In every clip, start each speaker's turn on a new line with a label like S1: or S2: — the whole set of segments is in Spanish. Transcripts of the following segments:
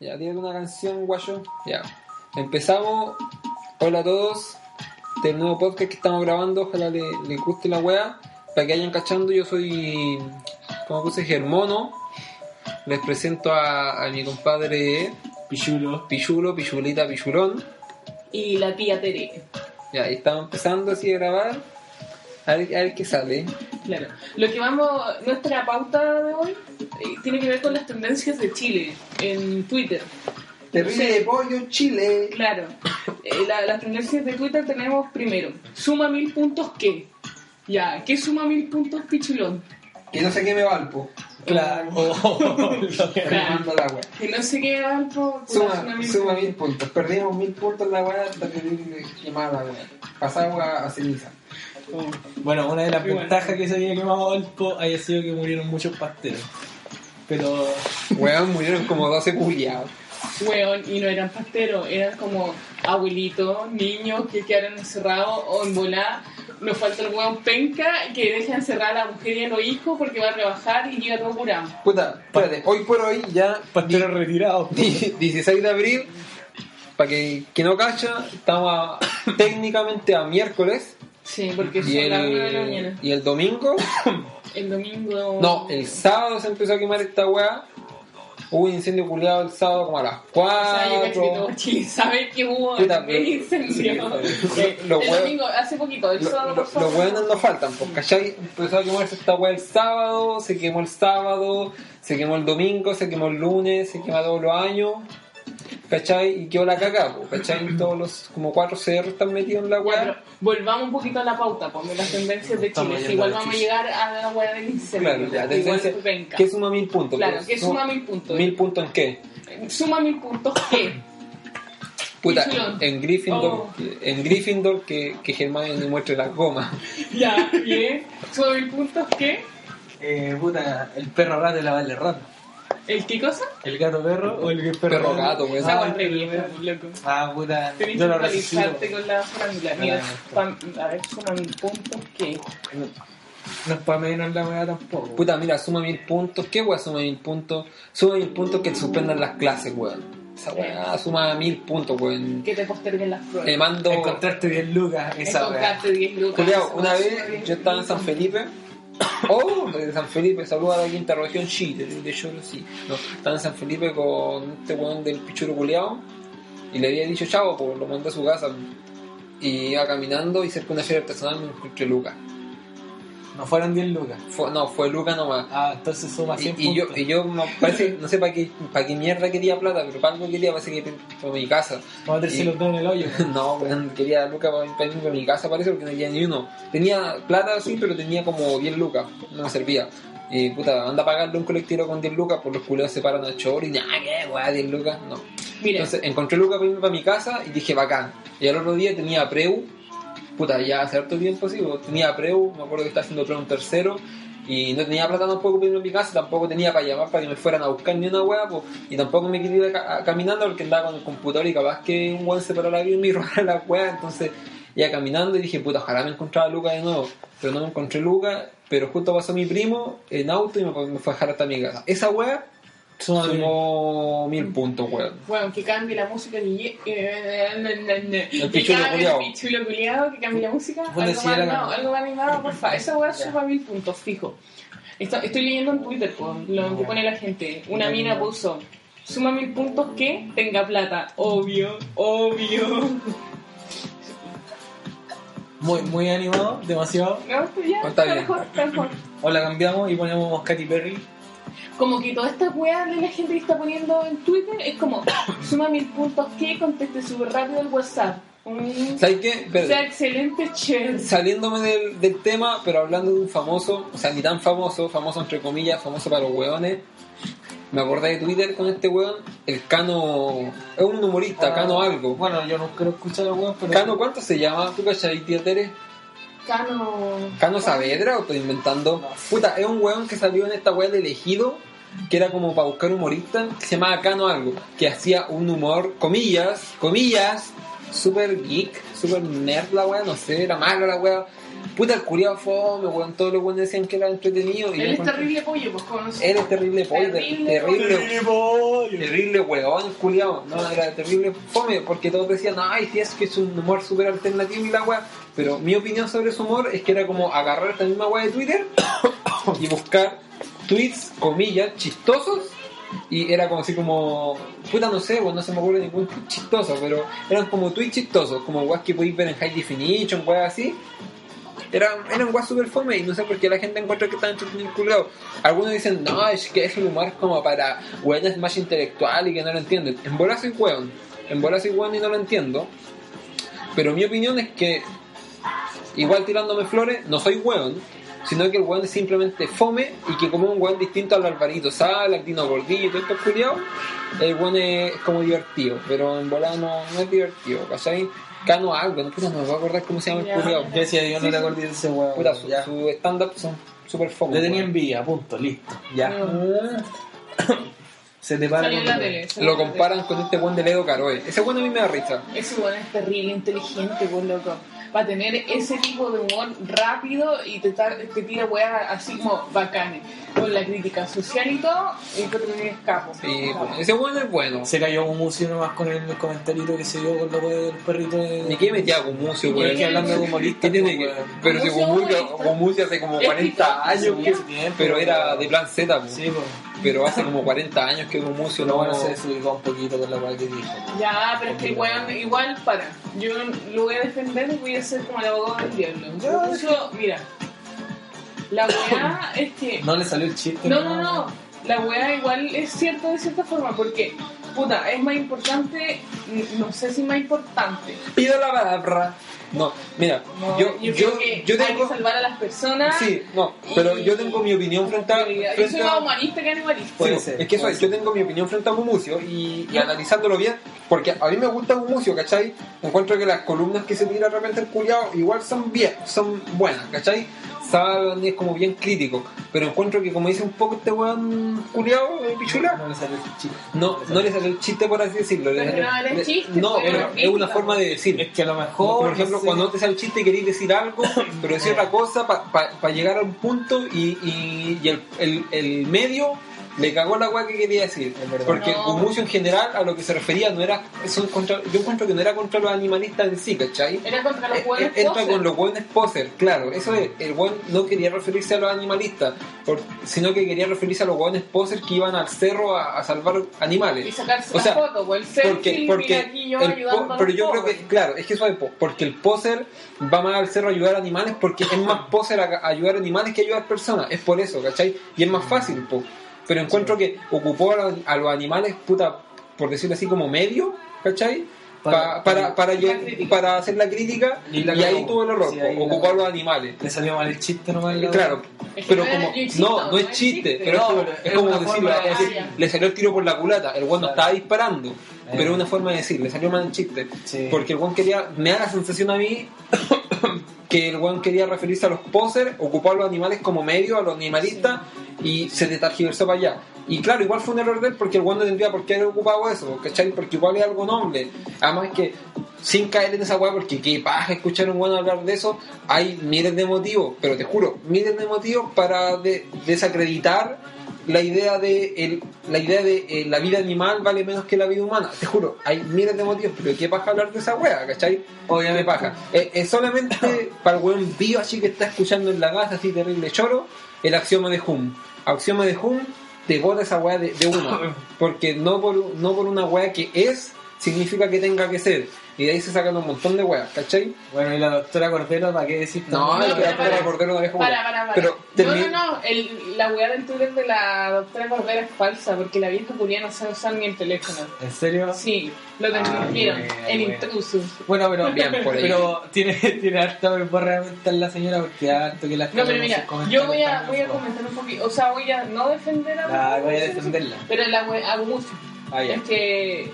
S1: Ya, tírate una canción, guayo. Ya. Empezamos. Hola a todos. Del nuevo podcast que estamos grabando. Ojalá le- les guste la wea. Para que vayan cachando, yo soy. Como puse, Germono. Les presento a, a mi compadre
S2: Pichulo.
S1: Pichulo, Pichulita, Pichulón.
S3: y la tía Tere.
S1: Ya, y estamos empezando así a grabar. A ver, a ver qué sale.
S3: Claro. Lo que vamos, nuestra pauta de hoy eh, tiene que ver con las tendencias de Chile en Twitter.
S1: Terrible
S3: Sí.
S1: de pollo, Chile.
S3: Claro. Eh, la- las tendencias de Twitter tenemos primero, suma mil puntos qué. Ya, ¿qué suma mil puntos pichulón?
S1: Que no sé qué me valpo.
S3: Claro.
S2: Oh.
S1: Me manda la wea.
S3: Que no sé qué pues, dan por
S1: Suma, suma mil puntos. Perdimos mil puntos en la weá hasta tener quemada la weá. Pasamos a, a ceniza.
S3: Oh.
S2: Bueno, una de las
S3: Y bueno.
S2: ventajas que se haya quemado Olpo haya sido que murieron muchos pasteros. Pero
S1: Weón, murieron como 12 culiados.
S3: Weón, y no eran pasteros, eran como abuelitos, niños que quedaron encerrados o en volá. Nos falta el weón penca que deja encerrada a la mujer y a los hijos porque va a rebajar y llega todo curado.
S1: Puta, espérate, hoy por hoy ya
S2: pasteros retirados.
S1: 16 de abril, para que, que no cacha, estamos a- técnicamente a miércoles
S3: Sí, porque
S1: y
S3: son las 9 de la
S1: el,
S3: mañana.
S1: y el domingo.
S3: El domingo.
S1: No, el sábado se empezó a quemar esta weá. Hubo un incendio culiado el sábado como a las
S3: O sea, yo cacho que todo
S1: 4.
S3: Chile sabe que hubo
S1: Puta,
S3: un incendio.
S1: sí,
S3: el
S1: los weón-
S3: domingo, hace poquito, el
S1: Lo-
S3: sábado
S1: lo- Los
S3: pasado.
S1: buenos no faltan, porque ¿cachai? Empezó a quemarse esta weá el sábado, se quemó el sábado, se quemó el domingo, se quemó el lunes, se quema todos los años, ¿cachai? Y quedó la cagada, po, ¿cachai? Todos los como cuatro CR están metidos en la
S3: Ya, pero
S1: weá.
S3: volvamos un poquito a la pauta, ponme las tendencias de
S2: Estamos
S3: Chile. que
S2: yendo
S3: igual
S2: a la
S3: vamos a
S2: chucha.
S3: llegar a la hueá del incendio.
S1: Claro, ya,
S3: que igual
S1: tendencia-
S3: fue penca.
S1: ¿qué suma mil puntos?
S3: Claro,
S1: Pero
S3: que suma mil puntos.
S1: ¿Mil puntos en qué?
S3: Suma mil puntos que
S1: Puta,
S3: Pichulón.
S1: en Gryffindor,
S3: Oh.
S1: en Gryffindor que, que Germán le muestre las gomas.
S3: ya, bien. Suma mil puntos que
S2: Eh, puta, el perro rato y la vale rato.
S3: ¿El qué cosa?
S2: El gato perro o el perro,
S1: Perro gato, güey.
S3: Esa
S2: Ah,
S3: hueá re
S2: el
S3: vieja,
S2: perro.
S3: loco.
S2: Ah, puta,
S3: Tenés
S2: yo
S3: que
S2: lo recibo.
S3: actualizarte con la fórmula. Mira, pam- a ver, suma mil puntos que
S2: No es para menos la weá tampoco.
S1: Puta, mira, suma mil puntos. ¿Qué weá suma mil puntos? Suma mil puntos que te suspendan las clases, weón. Esa weá suma mil puntos, weón.
S3: que te posterguen las pruebas.
S1: Te mando.
S2: Encontraste bien lucas esa weá.
S3: Encontraste 10 lucas.
S1: Culeado,
S3: esa
S1: eh. una
S3: hueá suma bien.
S1: vez yo estaba en San Felipe. Oh, de San Felipe, saludo a la quinta región Chile, de Cholo, sí. No, estaba en San Felipe con este weón del pichuro culeado y le había dicho chavo, pues lo mandé a su casa. Y iba caminando y cerca de una feria artesanal me encontré Luca.
S2: No fueron 10 lucas.
S1: Fue- no, fue Luca nomás.
S2: Ah, entonces suma 100
S1: Y, y yo,
S2: puntos.
S1: y yo me parece, no sé para qué, para qué mierda quería plata, pero para algo quería, parece que para mi casa.
S2: Vamos a ver si
S1: y-
S2: los dos en el hoyo.
S1: No, weón, quería lucas para, para, mi casa, parece, porque no tenía ni uno. Tenía plata, sí, pero tenía como 10 lucas, no me servía. Y puta, anda a pagarle un colectivo con 10 lucas, por los culeros se paran a chor y nada, que weá, 10 lucas, no.
S3: Mira,
S1: Entonces encontré lucas para irme para mi casa y dije, bacán. Y al otro día tenía preu, puta, ya hace harto tiempo, sí, pues, tenía preu, me acuerdo que estaba haciendo preu un tercero. Y no tenía plata tampoco para irme a mi casa, tampoco tenía para llamar para que me fueran a buscar ni una hueá, pues, y tampoco me quería ir a ca- a- caminando porque andaba con el computador y capaz que un weón se parara la y robara la hueá, entonces ya caminando y dije, puta, ojalá me encontrara Luca de nuevo, pero no me encontré Luca, pero justo pasó mi primo en auto y me, me fue a dejar hasta mi casa. Esa hueá
S2: Suma
S1: sumó mil puntos, weón.
S3: Bueno, que cambie la música ni- eh, na, na, na.
S1: El
S3: Que
S1: pichulo
S3: cambie
S1: culiao.
S3: El pichulo culiao, que cambie la música. Algo
S2: Bueno,
S3: más
S2: sí, era
S3: animado,
S2: como-
S3: algo más animado, porfa. Esa weá suma mil puntos, fijo. Esto- estoy leyendo en Twitter po, lo que pone la gente. Una mina puso, suma mil puntos que tenga plata. Obvio, obvio.
S2: Muy, muy animado, demasiado.
S3: No, esto ya,
S1: Está
S3: está
S1: bien.
S3: mejor, está mejor.
S2: O la cambiamos y ponemos Katy Perry.
S3: Como que toda esta weá de la gente que está poniendo en Twitter es como, suma mil puntos que conteste súper rápido el WhatsApp. Mm,
S1: ¿Sabes qué? Espérate.
S3: sea excelente, chévere.
S1: Saliéndome del, del tema, pero hablando de un famoso, o sea, ni tan famoso, famoso entre comillas, famoso para los hueones. Me acordé de Twitter con este hueón, el Cano. Es un humorista,
S2: Ah.
S1: Cano algo.
S2: Bueno, yo no quiero escuchar el weón, pero.
S1: Cano, ¿cuánto se llama? ¿Tú cachai, tía Tere?
S3: Cano.
S1: ¿Cano Saavedra o estoy inventando? Puta, es un hueón que salió en esta wea de elegido, que era como para buscar humorista, que se llamaba Cano algo, que hacía un humor, comillas, comillas, super geek, super nerd la wea, no sé, era mala la wea. Puta, el culiao fome, weón, todos los weones decían que era entretenido. Y yo
S3: Él es
S1: encontré-
S3: terrible pollo, pues con
S1: Él es terrible pollo,
S3: Terrible
S1: terrible,
S2: Terrible.
S1: terrible weón, culiao. No, era terrible fome, porque todos decían, ay, sí, es que es un humor super alternativo y la wea. Pero mi opinión sobre su humor es que era como agarrar esta misma wea de Twitter y buscar tweets, comillas, chistosos. Y era como así como, puta no sé, weón, no se me ocurre ningún tweet chistoso, pero eran como tweets chistosos, como weas que podéis ver en High Definition, weas así. Eran, eran weas super fome y no sé por qué la gente encuentra que están entretenido el culiao. Algunos dicen, no, es que es el humor como para weones más intelectual y que no lo entienden. En bola soy weón, en bola soy weón y no lo entiendo. Pero mi opinión es que, igual tirándome flores, no soy weón, sino que el weón es simplemente fome y que como es un weón distinto al Alvarito Sal, al Dino Gordillo y todo esto culiao, el weón es como divertido, pero en bola no, no es divertido, ¿cachai? Cano algo, no, puta, no me voy a acordar cómo se llama
S3: Ya.
S1: el culiao.
S2: Gracias a Dios no te acordé de ese weón.
S1: Puta, su,
S2: Ya.
S1: su stand-up son súper fome.
S2: Le tenía
S1: weón.
S2: envidia, punto, listo. Ya.
S1: Ah.
S2: Se te para
S3: Salió en
S2: con-
S3: la tele. salió
S1: Lo
S3: en la
S1: comparan con este buen de Ledo Caroe. Ese buen a mí me da risa.
S3: tele. Ese weón es terrible, inteligente, pues loco. Va a tener ese tipo de humor rápido y te, tar- te tira weas así como bacanes. Con la crítica social y todo, y tú tenés capo.
S1: Y
S3: Capo.
S1: pues, ese buen es bueno.
S2: Se cayó un museo nomás con el comentario que se dio con la wea del perrito de.
S1: Ni que metía a Gumucio,
S2: Pero
S1: weón.
S2: es que hablando de
S1: ¿Qué
S2: humorista,
S1: tiene que- Pero si
S3: Gumucio,
S1: Gumucio,
S3: weón.
S1: Gumucio hace como
S3: Es
S1: 40 años,
S2: Sí,
S1: que-
S2: hace tiempo,
S1: pero era
S2: weón.
S1: de plan Z, weón.
S2: Sí, pues.
S1: pero hace como 40 años que Gumucio
S2: No,
S1: no...
S2: bueno, se desubicó un poquito con la wea que dijo.
S3: Ya, pero es que el weón igual para. Yo lo voy a defender y voy a ser como el abogado del diablo.
S2: Ya.
S3: Incluso, mira, la weá es que.
S2: No le salió el chiste.
S3: No, no, no. La weá igual es cierta de cierta forma porque, puta, es más importante, no sé si más importante.
S1: Pido la palabra. No, mira,
S3: No,
S1: yo, yo,
S3: yo, creo que
S1: yo
S3: hay que
S1: tengo...
S3: salvar a las personas.
S1: Sí, no, pero
S3: y-
S1: yo tengo mi opinión frente a...
S3: Yo soy
S1: frente
S3: más
S1: a- Pues,
S3: humanista que animalista.
S2: Puede
S1: Sí,
S2: ser,
S1: Es que eso
S2: puede
S1: es,
S2: ser.
S1: yo tengo mi opinión frente a Gumucio y, y analizándolo bien, porque a mí me gusta Gumucio, ¿cachai? Encuentro que las columnas que se tira de repente el culiao igual son bien, son buenas, ¿cachai? Saben, es como bien crítico, pero encuentro que como dice un poco este weón culiao de pichula,
S2: No le salió el chiste.
S1: no, no le sale el chiste por así decirlo. le
S3: Pero
S1: sale-
S3: no era
S1: le-
S3: chiste,
S1: no,
S3: fue
S1: pero
S3: una
S1: es una
S3: crítica,
S1: forma de decir.
S2: Es que a lo mejor.
S1: Como, por ejemplo,
S2: no sé,
S1: cuando no te sale el chiste querés decir algo, pero decir otra cosa para llegar a un punto y, y- y el, el- el medio le cagó la weá que quería decir.
S2: Es verdad.
S1: Porque
S3: No.
S1: Gumucio en general a lo que se refería no era... es un contra- yo encuentro que no era contra los animalistas en sí, ¿cachai?
S3: Era contra los
S1: Eh,
S3: huevos.
S1: eh, Entra con los buenos posers, claro. Eso es, el buen no quería referirse a los animalistas, por- sino que quería referirse a los buenos posers que iban al cerro a, a salvar animales.
S3: Y sacarse
S1: O sea,
S3: la foto, o el
S1: Porque,
S3: selfie,
S1: porque
S3: mira aquí yo
S1: el po-
S3: ayudando a
S1: pero
S3: los
S1: yo creo
S3: pobres.
S1: que, claro, es que eso es po- porque el poser va más al cerro a ayudar a animales porque es más poser a, a ayudar a animales que ayudar a personas, es por eso, ¿cachai? Y es más fácil, po. pero encuentro que ocupó a los, a los animales, puta, por decirlo así, como medio, ¿cachai? Pa-
S2: Para-
S1: para, para,
S3: La
S1: lle-
S3: crítica.
S1: para hacer la crítica y,
S2: Y la
S1: ahí
S2: cagó.
S1: tuvo el error,
S2: Sí,
S1: po,
S2: ahí la
S1: ocupó a
S2: cagó.
S1: los animales.
S2: Le salió mal el chiste nomás. la-
S1: Claro,
S3: Es que
S1: pero
S3: no era-
S1: como
S3: yo insisto,
S1: no, no es chiste, pero es
S2: No,
S1: como,
S2: pero
S1: es
S2: es
S1: como
S2: una
S1: decirlo,
S2: forma de
S1: es que
S3: decir.
S1: le salió el tiro por la culata, el guan no
S2: Claro.
S1: estaba disparando, pero es una forma de decir, le salió mal el chiste,
S2: Sí.
S1: porque el guan quería, me da la sensación a mí que el guan quería referirse a los posers, ocupar a los animales como medio, a los animalistas, y se detargiversó para allá. Y claro, igual fue un error de él porque el guan no tendría por qué haber ocupado eso, ¿cachai? Porque igual es algo noble. Además que, sin caer en esa weá, porque qué paja escuchar a un guan hablar de eso, hay miles de motivos, pero te juro, miles de motivos para de- desacreditar la idea de el- la idea de eh, la vida animal vale menos que la vida humana. Te juro, hay miles de motivos, pero qué paja hablar de esa weá, ¿cachai? Obviamente paja. Eh, Es solamente para el weón vivo así que está escuchando en la casa, así terrible choro, el axioma de Hume. Axioma de Hume te bota esa weá de, de una. Porque no por, no por una weá que es, significa que tenga que ser. Y de ahí se sacan un montón de weas, ¿cachai?
S2: Bueno, y la doctora Cordero, ¿para qué decir
S1: No,
S3: No,
S1: la
S3: pero
S1: doctora
S3: para-
S1: Cordero no deja
S3: Para,
S1: una.
S3: para, para.
S1: Pero termi-
S3: No, no, no. el- la weá del Twitter de la doctora Cordera es falsa porque la vieja culia no sabe usar ni el teléfono.
S2: ¿En serio?
S3: Sí, lo
S2: Ah,
S3: desmintieron.
S2: buena,
S3: el
S2: buena.
S3: intruso.
S2: Bueno, pero,
S1: Bien, por ahí.
S2: pero tiene, tiene harta verborrea mental la señora porque harto que la
S3: No, pero mira, yo voy a, voy a comentar un poquito. O sea, voy a no defender a.
S2: Ah, voy a defenderla.
S3: Pero la weá, a Gumucio.
S2: Ah, ya.
S3: Es que.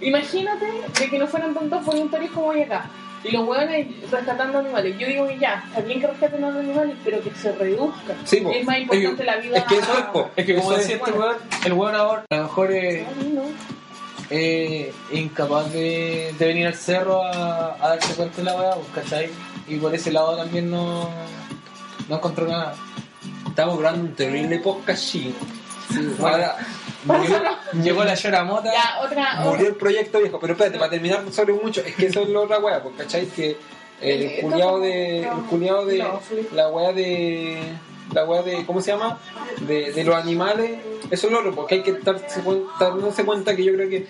S3: Imagínate de que no fueran tantos voluntarios como hay acá. Y los hueones rescatando animales. Yo digo que ya, está bien que rescaten a los animales, pero que se reduzca.
S1: Sí, po.
S3: es más importante
S1: Es-
S3: la vida.
S1: es que eso es, po.
S2: Es que como
S1: Eso
S2: decía
S1: es.
S2: este weón, el weón ahora a lo mejor es
S3: No, no.
S2: eh, incapaz de, de venir al cerro a, a darse cuenta de la weá, pues, ¿cachai? Y por ese lado también no, no encontró nada.
S1: Estamos grabando un terrible podcast chico.
S2: Ahora, llegó, llegó la llora mota.
S3: Ya, otra.
S1: Murió el proyecto viejo, pero espérate, para terminar sobre mucho, es que eso es la otra weá, porque cachai que el
S3: Eh, no,
S1: culiado de.
S3: no,
S1: El culiado de.
S3: no, fui.
S1: la weá de. La weá de. ¿Cómo se llama? De, de los animales. Eso es lo otro, porque hay que darse cuenta, darse cuenta que yo creo que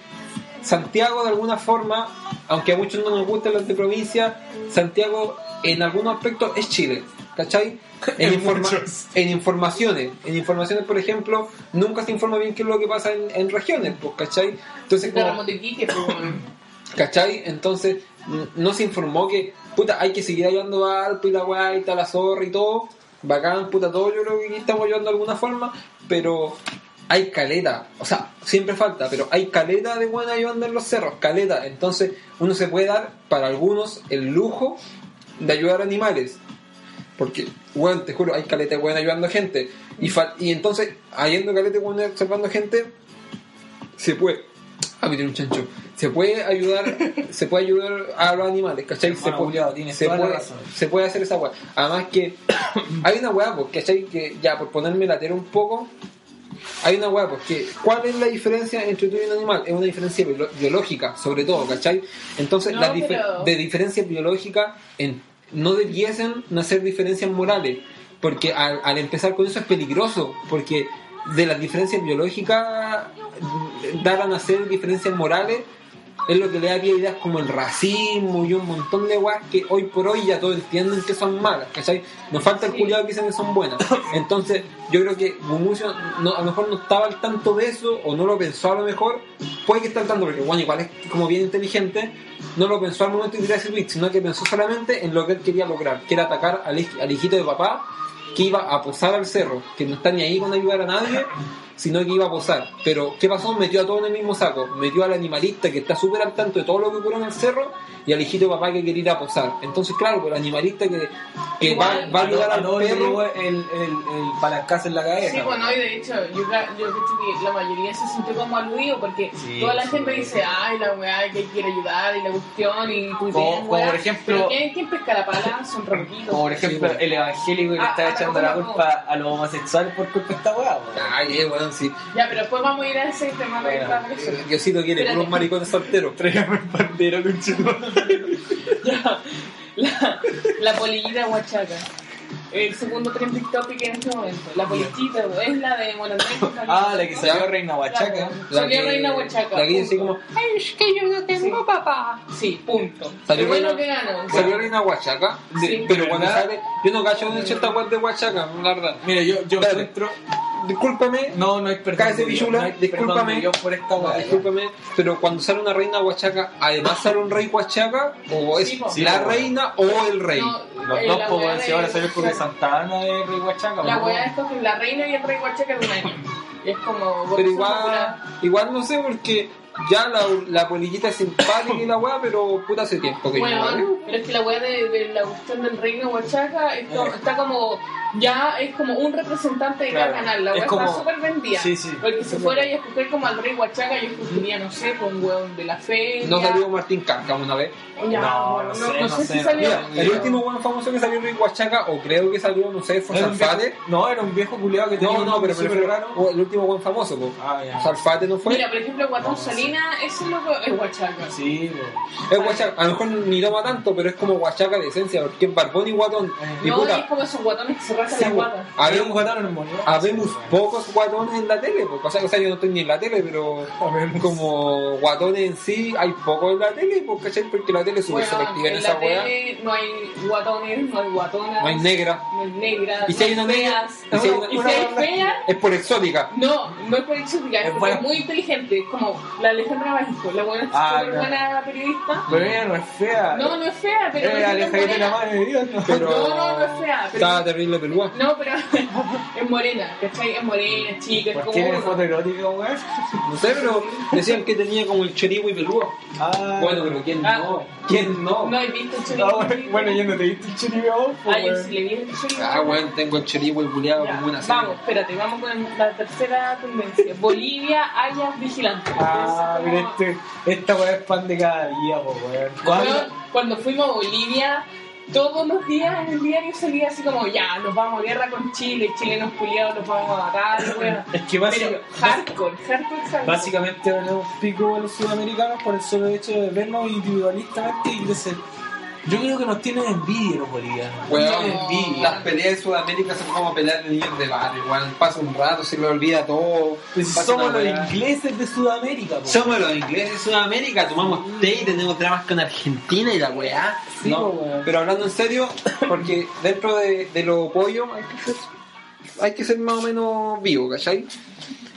S1: Santiago de alguna forma, aunque a muchos no nos gusten los de provincia, Santiago en algunos aspectos es Chile, ¿cachai? En,
S2: En
S1: informa-
S2: muchos.
S1: en informaciones, en informaciones por ejemplo, nunca se informa bien qué es lo que pasa en, en regiones, pues, ¿cachai? Entonces, como-
S3: Terremoto Iquique, pues, weón.
S1: ¿Cachai? Entonces n- no se informó que, puta, hay que seguir ayudando a Alpo y la weá y tal, la zorra y todo. Bacán, puta, todo yo creo que aquí estamos ayudando de alguna forma, pero hay caleta. O sea, siempre falta, pero hay caleta de buena ayudando en los cerros, caleta. Entonces uno se puede dar, para algunos, el lujo de ayudar a animales. Porque, weón, te juro, hay caleta de buena ayudando a gente. Y, fal- y entonces, habiendo caleta de buena observando gente, se puede. Ah, me tiré un chancho. Se puede ayudar, se puede ayudar a los animales, ¿cachai? Se,
S2: Bueno,
S1: puede-
S2: Juliado, tienes
S1: se
S2: toda la
S1: puede,
S2: razón.
S1: se puede hacer esa weá. Además que hay una weá, pues, ¿cachai? Que ya, por ponerme la tela un poco, hay una hueá, porque ¿cuál es la diferencia entre tú y un animal? Es una diferencia biolo- biológica, sobre todo, ¿cachai? Entonces,
S3: No,
S1: las dife-
S3: pero-
S1: de diferencia biológica en- no debiesen nacer diferencias morales, porque al, al empezar con eso es peligroso, porque de las diferencias biológicas, mm, dar a nacer diferencias morales es lo que le da pie a ideas como el racismo y un montón de weas que hoy por hoy ya todos entienden que son malas, ¿cachai? Nos falta el
S3: Sí.
S1: culiado que dicen que son buenas. Entonces, yo creo que Mumucio no- a lo mejor no estaba al tanto de eso, o no lo pensó a lo mejor, puede que esté al tanto, porque bueno, igual es como bien inteligente, no lo pensó al momento de tirar ese tweet, sino que pensó solamente en lo que él quería lograr, que era atacar al, hij- al hijito de papá que iba a posar al cerro, que no está ni ahí con ayudar a nadie, sino que iba a posar. Pero, ¿qué pasó? Metió a todo en el mismo saco. Metió al animalista que está súper al tanto de todo lo que ocurre en el cerro y al hijito de papá que quería ir a posar. Entonces, claro, pues, el animalista que, que va,
S3: Igual,
S1: va a ayudar
S2: no,
S1: al
S2: le llegó
S1: perro.
S2: el, el, el palancazo en la cabeza. pues.
S3: Sí, bueno, y de hecho, yo, ca- yo creo que la mayoría se sintió como aludido porque
S2: Sí,
S3: toda la
S2: sí.
S3: gente dice, ay, la weá que quiere ayudar y la cuestión y pues
S2: Como-
S3: bien,
S2: como
S3: weá".
S2: por ejemplo-
S3: Pero ¿quién, quién pesca la pala? Son roquitos.
S2: Como por ejemplo
S1: Sí, bueno.
S2: el evangélico que le
S3: Ah,
S2: está
S3: ah,
S2: echando la
S3: no, no.
S2: culpa a los homosexuales por culpa de esta weá. pues. weón.
S1: Ay, eh, weón, sí. Eh,
S3: Ya, pero después vamos a ir a ese tema de
S2: Bueno,
S3: esta persona.
S1: Diosito quiere
S3: Espérate.
S1: puros maricones solteros.
S2: Tráigame el pandero, conchetumare.
S3: Ya, la, la polillita huachaca. El segundo trending topic en este momento. La polillita weón, es la de Molandés.
S2: Ah, la que salió Reina Huachaca.
S1: La
S3: Salió
S1: que-
S3: Reina Huachaca.
S1: la que dice
S3: punto. Ay, es que yo no tengo papá. Sí, punto.
S1: Salió
S3: Qué bueno
S1: Reina-
S3: que ganó.
S1: Salió Reina Huachaca,
S3: Sí.
S1: de- pero
S2: ¿De
S1: cuando
S2: verdad?
S1: sale, yo no cacho dónde hecho esta web de Huachaca, la verdad.
S2: Mira, yo, yo
S1: Espérate.
S2: centro.
S1: Discúlpame,
S2: No, no hay perdón.
S1: Cállese,
S2: de Dios,
S1: pichula,
S2: no hay perdón
S1: discúlpame.
S2: de Dios por esta
S1: No,
S2: weá.
S1: discúlpeme, pero cuando sale una reina huachaca, además sale un rey huachaca, o es
S3: Sí, po.
S2: Sí,
S1: la
S2: po.
S1: reina o el rey.
S3: No,
S2: Los
S3: eh,
S2: dos,
S3: la
S2: po,
S3: weá
S2: pues, weón, si
S3: de-
S2: ahora salió con de Santa Ana de Rey Huachaca.
S3: La
S2: weón.
S3: weá es con la reina y el rey huachaca de un año. Y es como.
S1: pero
S3: son
S1: igual,
S3: popular.
S1: igual no sé, porque ya la, la polillita es simpática y la weá, pero puta hace tiempo que yo no ¿eh? la veo.
S3: Bueno, pero es que la weá de, de la cuestión del reino huachaca es como-
S2: Eh.
S3: está como. Ya es como un representante de
S2: Claro.
S3: cada canal. La
S2: Es
S3: weá
S2: como-
S3: está súper vendida.
S2: Sí, sí.
S3: Porque si fuera y escoger como al rey huachaca, yo escogería, no sé, con un weón de la fe.
S1: No salió Martín Casca una vez.
S3: Ya,
S2: No, no
S3: no,
S2: sé,
S3: no
S2: no
S3: sé
S2: sé,
S3: si
S2: no.
S3: salió.
S1: Mira, el último weón famoso que salió el rey huachaca, o creo que salió, no sé, fue
S2: Era un viejo-
S1: Salfate.
S2: No, era un viejo culiado que tenía
S1: No,
S2: un
S1: no, pero,
S2: nombre
S1: pero
S2: súper raro.
S1: fue el último weón famoso, po.
S2: Ah, ya.
S1: Salfate no fue.
S3: Mira, por ejemplo, Guatón
S2: No, sí.
S3: Salina, ese loco es huachaca.
S2: Sí, weón.
S1: Es huachaca, a lo mejor ni toma tanto, pero es como huachaca de esencia, porque es barbón y guatón. Y
S3: No,
S1: puta,
S3: es como esos guatones que se rasan
S1: Sí, pues.
S3: la
S1: po.
S3: guata.
S2: Había un
S1: Habemos,
S2: guatón armonioso.
S1: habemos
S2: weón.
S1: pocos guatones en la tele, porque, o, sea, o sea, yo no estoy ni en la tele, pero
S2: Habemos.
S1: como guatones en sí hay pocos en la tele, porque, ¿cachai? porque la tele es súper
S3: Bueno,
S1: selectiva en
S3: en
S1: esa
S3: la
S1: weá.
S3: tele no hay guatones, no hay guatonas.
S1: No hay negra.
S3: no hay negras.
S1: Y si hay
S3: no
S1: una negra,
S3: feas.
S1: y si hay una-
S3: Y si
S1: una-
S3: hay
S1: una-
S3: fea,
S1: es por exótica.
S3: no, no es por exótica,
S2: Es
S3: es porque
S2: buena.
S3: es muy inteligente. Es como la Alejandra Bajico, la buena,
S2: Ah,
S3: súper
S2: claro.
S3: buena periodista.
S2: Pero ella no es fea.
S3: No, no es fea, pero.
S2: Eh,
S3: es
S2: alejadita de
S3: morena.
S2: la madre de Dios, ¿no?
S1: Pero
S3: No, no, no es fea, Ah, pero-
S1: Estaba terrible pelúa.
S3: No, pero es morena, ¿cachai? Es morena, chica, es
S2: ¿Por
S3: como.
S2: qué eres Pues foto erótica, weón?
S1: No sé, pero decían que tenía como el cherivo y pelúa.
S2: Ah,
S1: Bueno, pero ¿quién
S3: Ah.
S1: no? ¿Quién no?
S3: No he visto el
S2: Ah,
S3: chorizo.
S2: bueno, bueno, yo no te he visto el chiribe a vos, po,
S3: Ay, yo
S2: pues, weón.
S3: sí le vi el chorizo.
S1: Ah, weón, tengo el cherivo y culiado
S3: Ya,
S1: como una serie.
S3: Vamos, espérate, vamos con la tercera tendencia. Bolivia, hayas vigilantes.
S2: Ah, Ah, mira, este, esta weá es pan de cada día, po, weón.
S3: Weón,
S2: ¿Cuándo?
S3: Cuando fuimos a Bolivia, todos los días en el diario salía así como, ya, nos vamos a guerra con Chile, chilenos culiados, nos vamos a matar, weón.
S2: Es que
S3: Pero
S2: básica-
S3: hardcore, hardcore, hardcore.
S2: básicamente hablamos pico a los sudamericanos por el solo hecho de vernos individualistamente y crecer. Yo creo que nos tienen envidia los bolivianos.
S1: Weón,
S2: Tienen envidia.
S1: las peleas de Sudamérica son como pelear de niños de barrio, weón. Pasa un rato, se le olvida todo.
S2: Pues
S1: Pasa
S2: somos
S1: una
S2: los
S1: weá.
S2: ingleses de Sudamérica, pues. po.
S4: Somos los ingleses de Sudamérica, tomamos té y tenemos dramas con Argentina y la weá.
S2: Sí,
S1: No,
S2: po, weón.
S1: pero hablando en serio, porque dentro de, de lo pollo hay que, ser, hay que ser más o menos vivo, ¿cachai?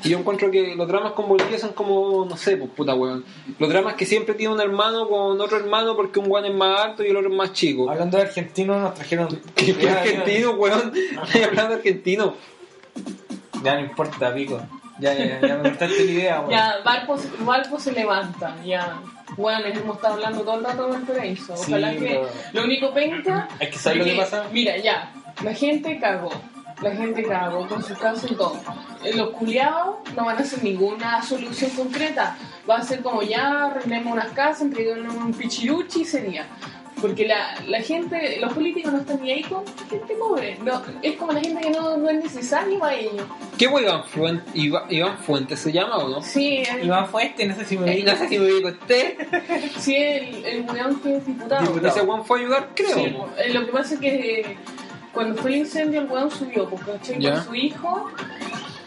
S1: Y yo encuentro que los dramas con Bolivia son como, no sé, pues puta weón. Los dramas que siempre tiene un hermano con otro hermano porque un weón es más alto y el otro es más chico.
S2: Hablando de argentinos, nos trajeron.
S1: Que que argentino, weón. Estoy hablando argentino.
S2: Ya no importa, pico. Ya, ya, ya me cortaste la idea, weón.
S3: Ya, Valpo, se- Valpo se levanta, ya. Bueno, hemos estado hablando todo el rato del paraíso.
S2: Sí,
S3: Ojalá que
S2: pero-
S3: lo único penca.
S2: Es que ¿sabes lo que pasa?
S3: Mira, ya. La gente cagó. La gente cagó con su caso y todo. Eh, Los culiados no van a hacer ninguna solución concreta. Va a ser como ya arreglemos unas casas, entreguemos un pichiruchi y sería. Porque la, la gente, los políticos no están ni ahí con gente pobre. No, es como la gente que no, no es necesaria para ellos.
S1: ¿Qué weón Iván Fuentes, Iván, Iván Fuentes se llama o no?
S3: Sí, es-
S2: Iván Fuente, no sé si me
S3: Eh,
S1: Y no sé si me dijo usted.
S3: Sí, el, el weón que es diputado.
S2: Diputado.
S1: Ese weón fue a ayudar, creo.
S3: Sí, eh, lo que pasa es que eh, cuando fue el incendio el weón subió, porque ¿cachai?
S1: Ya.
S3: con su hijo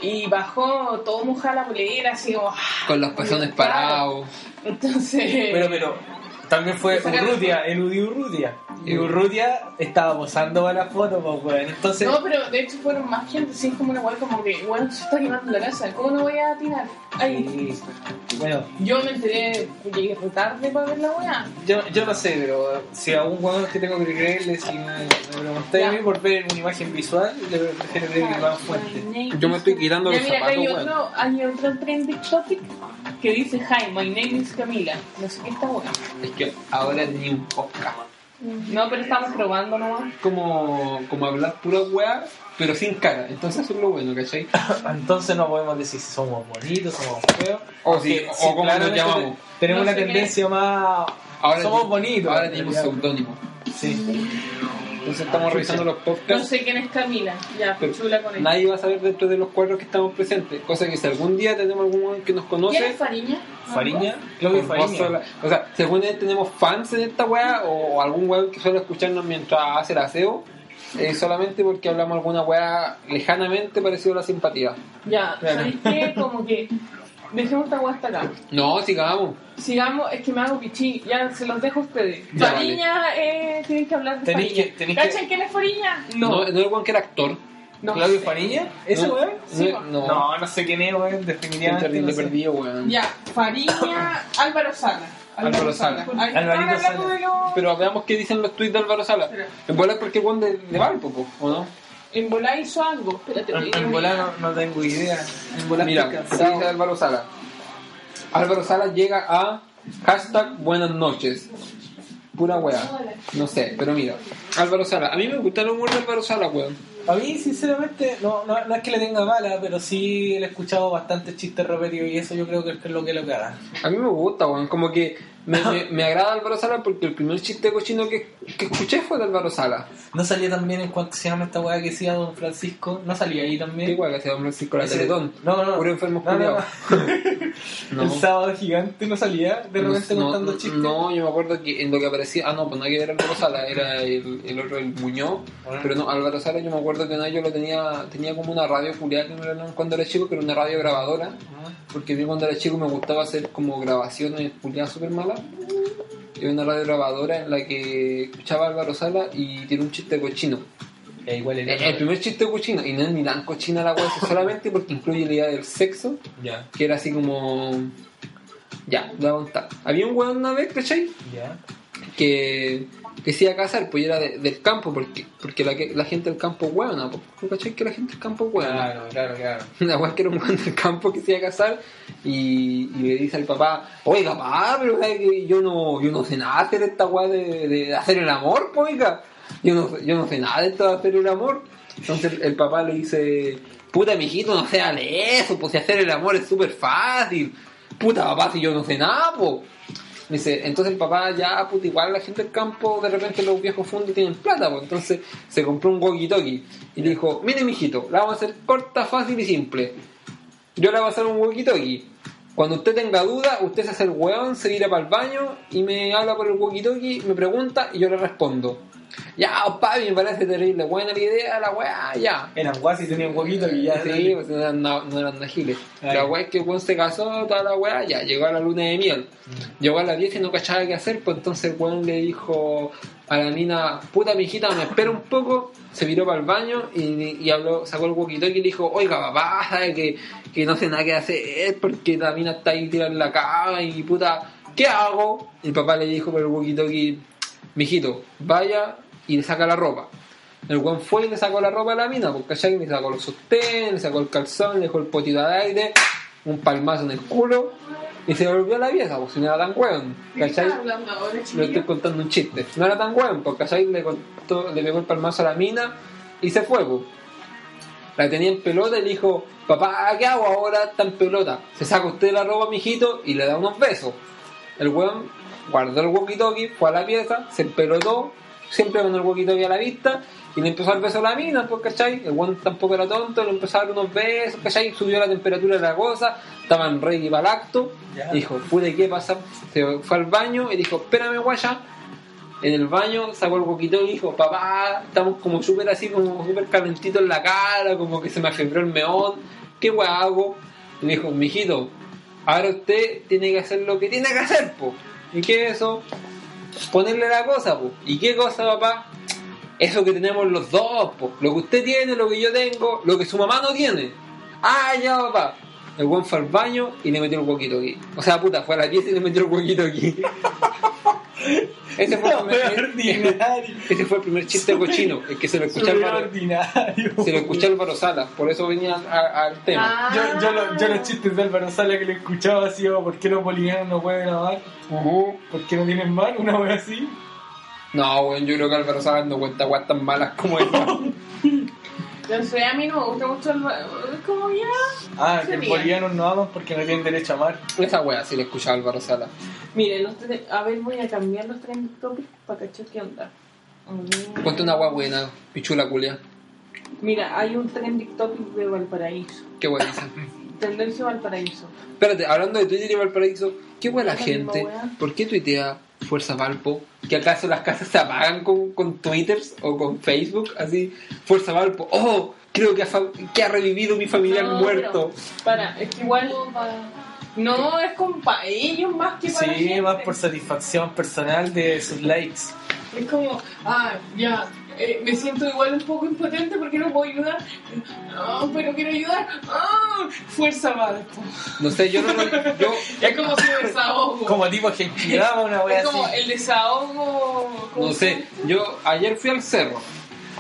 S3: y bajó todo mojado la polera, así como... ah,
S1: Con los pezones
S3: claro.
S1: parados.
S3: Entonces...
S2: Pero, pero, también fue
S3: Sacar-
S2: Urrutia, el Udi Urrutia. Y Urrutia estaba posando para la foto, pues, weón. Entonces,
S3: No, pero de hecho fueron más gente, sí, es como una weón como que, bueno, se está quemando la casa, ¿cómo no voy a atinar? Ay,
S2: Sí. bueno,
S3: yo me enteré, llegué re tarde para ver la weá.
S2: yo, yo no sé, pero si a un jugador que tengo que creerle, si me, me preguntáis
S3: Ya.
S2: a mí por ver una imagen visual, le prefiero creer que Iván Fuente.
S1: Yo me estoy quitando
S3: Ya
S1: los
S3: mira, acá
S1: zapatos,
S3: hay
S1: weón.
S3: otro, hay otro trending topic que dice, hi, my name is Camila. No sé qué está bueno.
S1: Es que ahora tenía un podcast.
S3: No, pero estamos probando nomás.
S1: Como, como hablar pura weá, pero sin cara. Entonces eso es lo bueno, ¿cachai?
S2: Entonces no podemos decir si somos bonitos, somos feos.
S1: O
S2: Porque
S1: si- o cómo nos
S2: claramente
S1: llamamos.
S2: te- Tenemos
S3: No
S2: una
S3: sé qué.
S2: tendencia más.
S1: Ahora
S2: somos
S1: ten-
S2: bonitos.
S1: Ahora
S2: en
S1: tenemos
S2: realidad.
S1: seudónimo.
S2: Sí.
S1: Entonces estamos
S2: Ah,
S1: revisando los
S3: No
S1: podcasts.
S3: sé quién es Camila. Ya,
S1: Pero
S3: chula con él.
S1: Nadie va a saber dentro de los cuadros que estamos presentes. Cosa que si algún día tenemos algún que nos
S3: ¿Quién
S1: conoce,
S3: es Fariña?
S2: Fariña, Claudio
S1: con vos
S2: Fariña.
S1: sola- O sea, según él tenemos fans en esta weá o algún weón que suele escucharnos mientras hace el aseo. eh, solamente porque hablamos alguna weá lejanamente parecido a la simpatía.
S3: Ya,
S2: Claro.
S3: ¿sabéis qué? Como que dejemos esta guay hasta acá.
S1: No, sigamos.
S3: Sigamos, es que me hago pichín. Ya, se los dejo a ustedes.
S1: Ya,
S3: Fariña, eh, tienen que hablar de
S2: Tenéis
S3: Fariña.
S2: que- tenéis que-
S3: ¿Cachan quién es Fariña?
S1: No, no,
S3: No.
S1: era el weón que era actor.
S3: no
S2: ¿Claudio
S3: sé.
S2: Fariña? ¿Ese
S1: No,
S2: weón?
S3: Sí,
S1: no,
S3: po.
S1: no,
S2: No, no sé quién es, weón,
S1: Qué
S2: definitivamente.
S1: terrible
S2: no sé.
S1: perdido, weón.
S3: Ya, Fariña, Álvaro Sala.
S1: Álvaro Sala.
S3: Ahí están
S2: Alvarito
S3: hablando
S2: Sala.
S3: de los-
S1: Pero veamos qué dicen los tweets de Álvaro Sala.
S3: Espera.
S1: En bola es porque el weón de, de Valpo, po, ¿o no?
S3: En volá hizo algo. Espérate,
S2: En,
S3: voy a
S2: en
S3: mirar.
S2: volá no, no tengo idea. En volá
S1: Mira,
S2: estoy
S1: ¿qué
S2: cansado.
S1: dice Álvaro Sala? Álvaro Sala llega a hashtag buenas noches. Pura weá. No sé, pero mira. Álvaro Sala. A mí me gusta el humor de Álvaro Sala, weón.
S2: A mí, sinceramente, no, no, no es que le tenga mala, pero sí le he escuchado bastantes chistes repetidos y eso yo creo que es lo que lo caga.
S1: A mí me gusta, weón. Como que me, me- me agrada Álvaro Sala porque el primer chiste cochino que, que escuché fue de Álvaro Sala.
S2: No salía también en cuanto se llama esta weá que decía Don Francisco. No salía ahí también.
S1: Igual que se llama Francisco la
S2: Ese-
S1: Teletón.
S2: No, no, no.
S1: Puro enfermo
S2: No, no,
S1: culiao.
S2: no. El sábado gigante no salía de repente contando chistes.
S1: No, yo me acuerdo que en lo que aparecía, ah, no, pues no que era Álvaro Sala, era el, el otro, el Muñoz,
S2: Ah.
S1: pero no, Álvaro Sala yo me acuerdo que una vez yo lo tenía, tenía como una radio furial cuando era chico, que era una radio grabadora, porque a mí cuando era chico me gustaba hacer como grabaciones furial súper malas. Era una radio grabadora en la que escuchaba a Álvaro Sala y tiene un chiste cochino.
S2: Ya, igual
S1: El,
S2: era.
S1: el primer chiste cochino, y no es ni tan cochina la cosa, solamente porque incluye la idea del sexo
S2: Ya,
S1: que era así como. Ya, voy a contar. Había un weón una vez, ¿cachai?
S2: ya.
S1: Que, que se iba a casar, pues y era de- del campo, porque, porque la, que- la gente del campo es hueona, pues, ¿cachai? Que la gente del campo es hueona.
S2: Claro, claro, claro.
S1: La weá que era un weón del campo que se iba a casar y, y le dice al papá, oiga, papá, pero ¿sabes que yo no, yo no sé nada hacer esta weá de, de hacer el amor, po, oiga. Yo no, yo no sé nada de esto de hacer el amor. Entonces el, el papá le dice, puta mijito, no seas eso, pues si hacer el amor es súper fácil. puta papá, si yo no sé nada, po. Me dice, entonces el papá ya, puta, igual la gente del campo, de repente los viejos fundos tienen plata, po. Entonces se compró un walkie-talkie y le dijo, mire mijito, la vamos a hacer corta, fácil y simple. Yo le voy a hacer un walkie-talkie. Cuando usted tenga duda, usted se hace el weón, se tira para el baño y me habla por el walkie-talkie, me pregunta y yo le respondo. Ya, oh, papi, me parece terrible, buena la idea, la weá, ya.
S2: Eran guasis, tenían huequito y ya.
S1: Sí, pues no eran, na- no eran najiles.
S2: Ay.
S1: La weá es que el weón se casó, toda la weá, ya, llegó a la luna de miel.
S2: Mm.
S1: Llegó a la vieja y no cachaba qué hacer, pues entonces el weón le dijo a la mina, puta mijita, me espera un poco, se viró para el baño y, y habló, sacó el walkie-talkie y le dijo, oiga papá, sabe que, que no sé nada qué hacer porque la mina está ahí tirada en la cama y puta, ¿qué hago? Y el papá le dijo por el walkie-talkie, mijito, vaya y le saca la ropa. El weón fue y le sacó la ropa a la mina, porque ¿cachai? Le sacó los sostenes, le sacó el calzón, le dejó el potito al aire, un palmazo en el culo, y se volvió a la vieja, porque si no era tan weón,
S3: ¿De qué
S1: ¿cachai?
S3: estás hablando ahora,
S1: Le estoy
S3: chiquillo?
S1: contando un chiste. No era tan weón, porque ¿cachai? Le, contó- le pegó el palmazo a la mina y se fue, po. La tenía en pelota y le dijo, papá, ¿qué hago ahora? Está en pelota. Se saca usted la ropa, mijito, y le da unos besos. El weón guardó el walkie-talkie, fue a la pieza, se empelotó, siempre con el walkie-talkie a la vista, y le empezó a dar besos a la mina, pues, ¿cachai? El weón tampoco era tonto, le empezó a dar unos besos, ¿cachai? Subió la temperatura de la cosa, estaban rey y balacto,
S2: Ya.
S1: dijo, pude qué pasa, se fue al baño y dijo, espérame, guaya. En el baño sacó el walkie-talkie y dijo, papá, estamos como súper así, como súper calentito en la cara, como que se me afebró el meón, ¿qué weá hago? Y le dijo, mijito, ahora usted tiene que hacer lo que tiene que hacer, po. ¿Y qué es eso? Ponerle la cosa, po. ¿Y qué cosa, papá? Eso que tenemos los dos, po. Lo que usted tiene, lo que yo tengo, lo que su mamá no tiene. Ah, ya, papá. El buen fue al baño y le metió el huequito aquí. O sea, puta, fue a la pieza y le metió el huequito aquí. ese, fue el primer,
S2: ordinario.
S1: ese fue el primer chiste cochino, el que se lo escuché al Baro-
S2: ordinario.
S1: se lo escuché al Baro Salas, por eso venía a- al tema.
S3: Ah.
S2: Yo, yo, lo- yo los chistes de Álvaro Sala que le escuchaba así, oh, ¿por qué los bolivianos no pueden amar?
S1: Ujú.
S2: ¿Por qué no tienen mar? Una wea así.
S1: No, weón, yo creo que Álvaro Salas no cuenta weas tan malas como esta.
S3: No sé, a mí no me gusta mucho el... ¿Cómo ya?
S2: Ah,
S3: Se
S2: que los
S3: ríen.
S2: bolivianos no aman porque no tienen derecho a amar.
S1: Esa wea sí la escuchaba Álvaro Sala.
S3: Mire, los tre- a ver, voy a cambiar los trending topics para cachar qué onda. Mm.
S1: Ponte una wea buena, pichula culia.
S3: Mira, hay un trending topic de Valparaíso.
S1: Qué wea dicen.
S3: Tendencia Valparaíso.
S1: Espérate, hablando de Twitter y Valparaíso, qué wea la
S3: La
S1: gente.
S3: misma wea.
S1: ¿Por qué tuitea Fuerza Valpo? ¿Que acaso las casas se apagan con, con Twitters o con Facebook? Así, Fuerza Valpo, oh, creo que ha, fa- que ha revivido mi familiar
S3: No,
S1: muerto.
S3: pero, para, es que igual. No, es con pa' ellos más que para
S2: Sí,
S3: gente.
S2: más por satisfacción personal de sus likes.
S3: Es como, ah, ya, eh, me siento igual un poco impotente porque no puedo ayudar. No, pero quiero ayudar. Ah, fuerza Valpo.
S1: No sé, yo no lo- yo,
S3: Es como su desahogo.
S2: Como tipo gentilaba una wea
S3: es como
S2: así.
S3: el desahogo. ¿cómo
S1: No
S3: se
S1: sé,
S3: llama?
S1: yo ayer fui al cerro.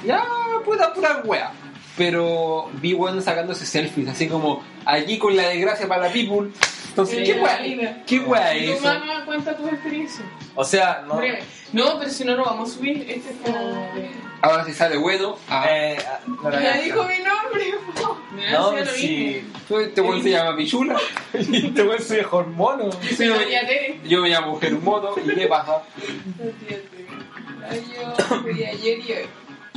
S1: Ya, puta, pura wea. Pero vi bueno sacándose selfies, así como aquí con la desgracia para la people. Entonces, ¿qué
S3: Eh,
S1: wea?
S3: mira.
S1: ¿Qué wea
S3: Y
S1: es
S3: tu
S1: eso?
S3: mamá cuenta tus experiencias.
S2: O sea, no.
S3: Breve. No, pero si no lo vamos a subir, este es como. de-
S1: Ahora si sale bueno, ah,
S2: Eh, ah, no la
S3: Ya
S2: gasto.
S3: dijo mi nombre. Me
S2: No,
S3: hacía lo mismo.
S2: si.
S1: este weón se llama Pichula,
S2: Te voy a subir hormono.
S3: Yo soy María Tere.
S1: yo me llamo Germodo, ¿y qué pasa?
S3: Ay, Yo fui ayer y hoy.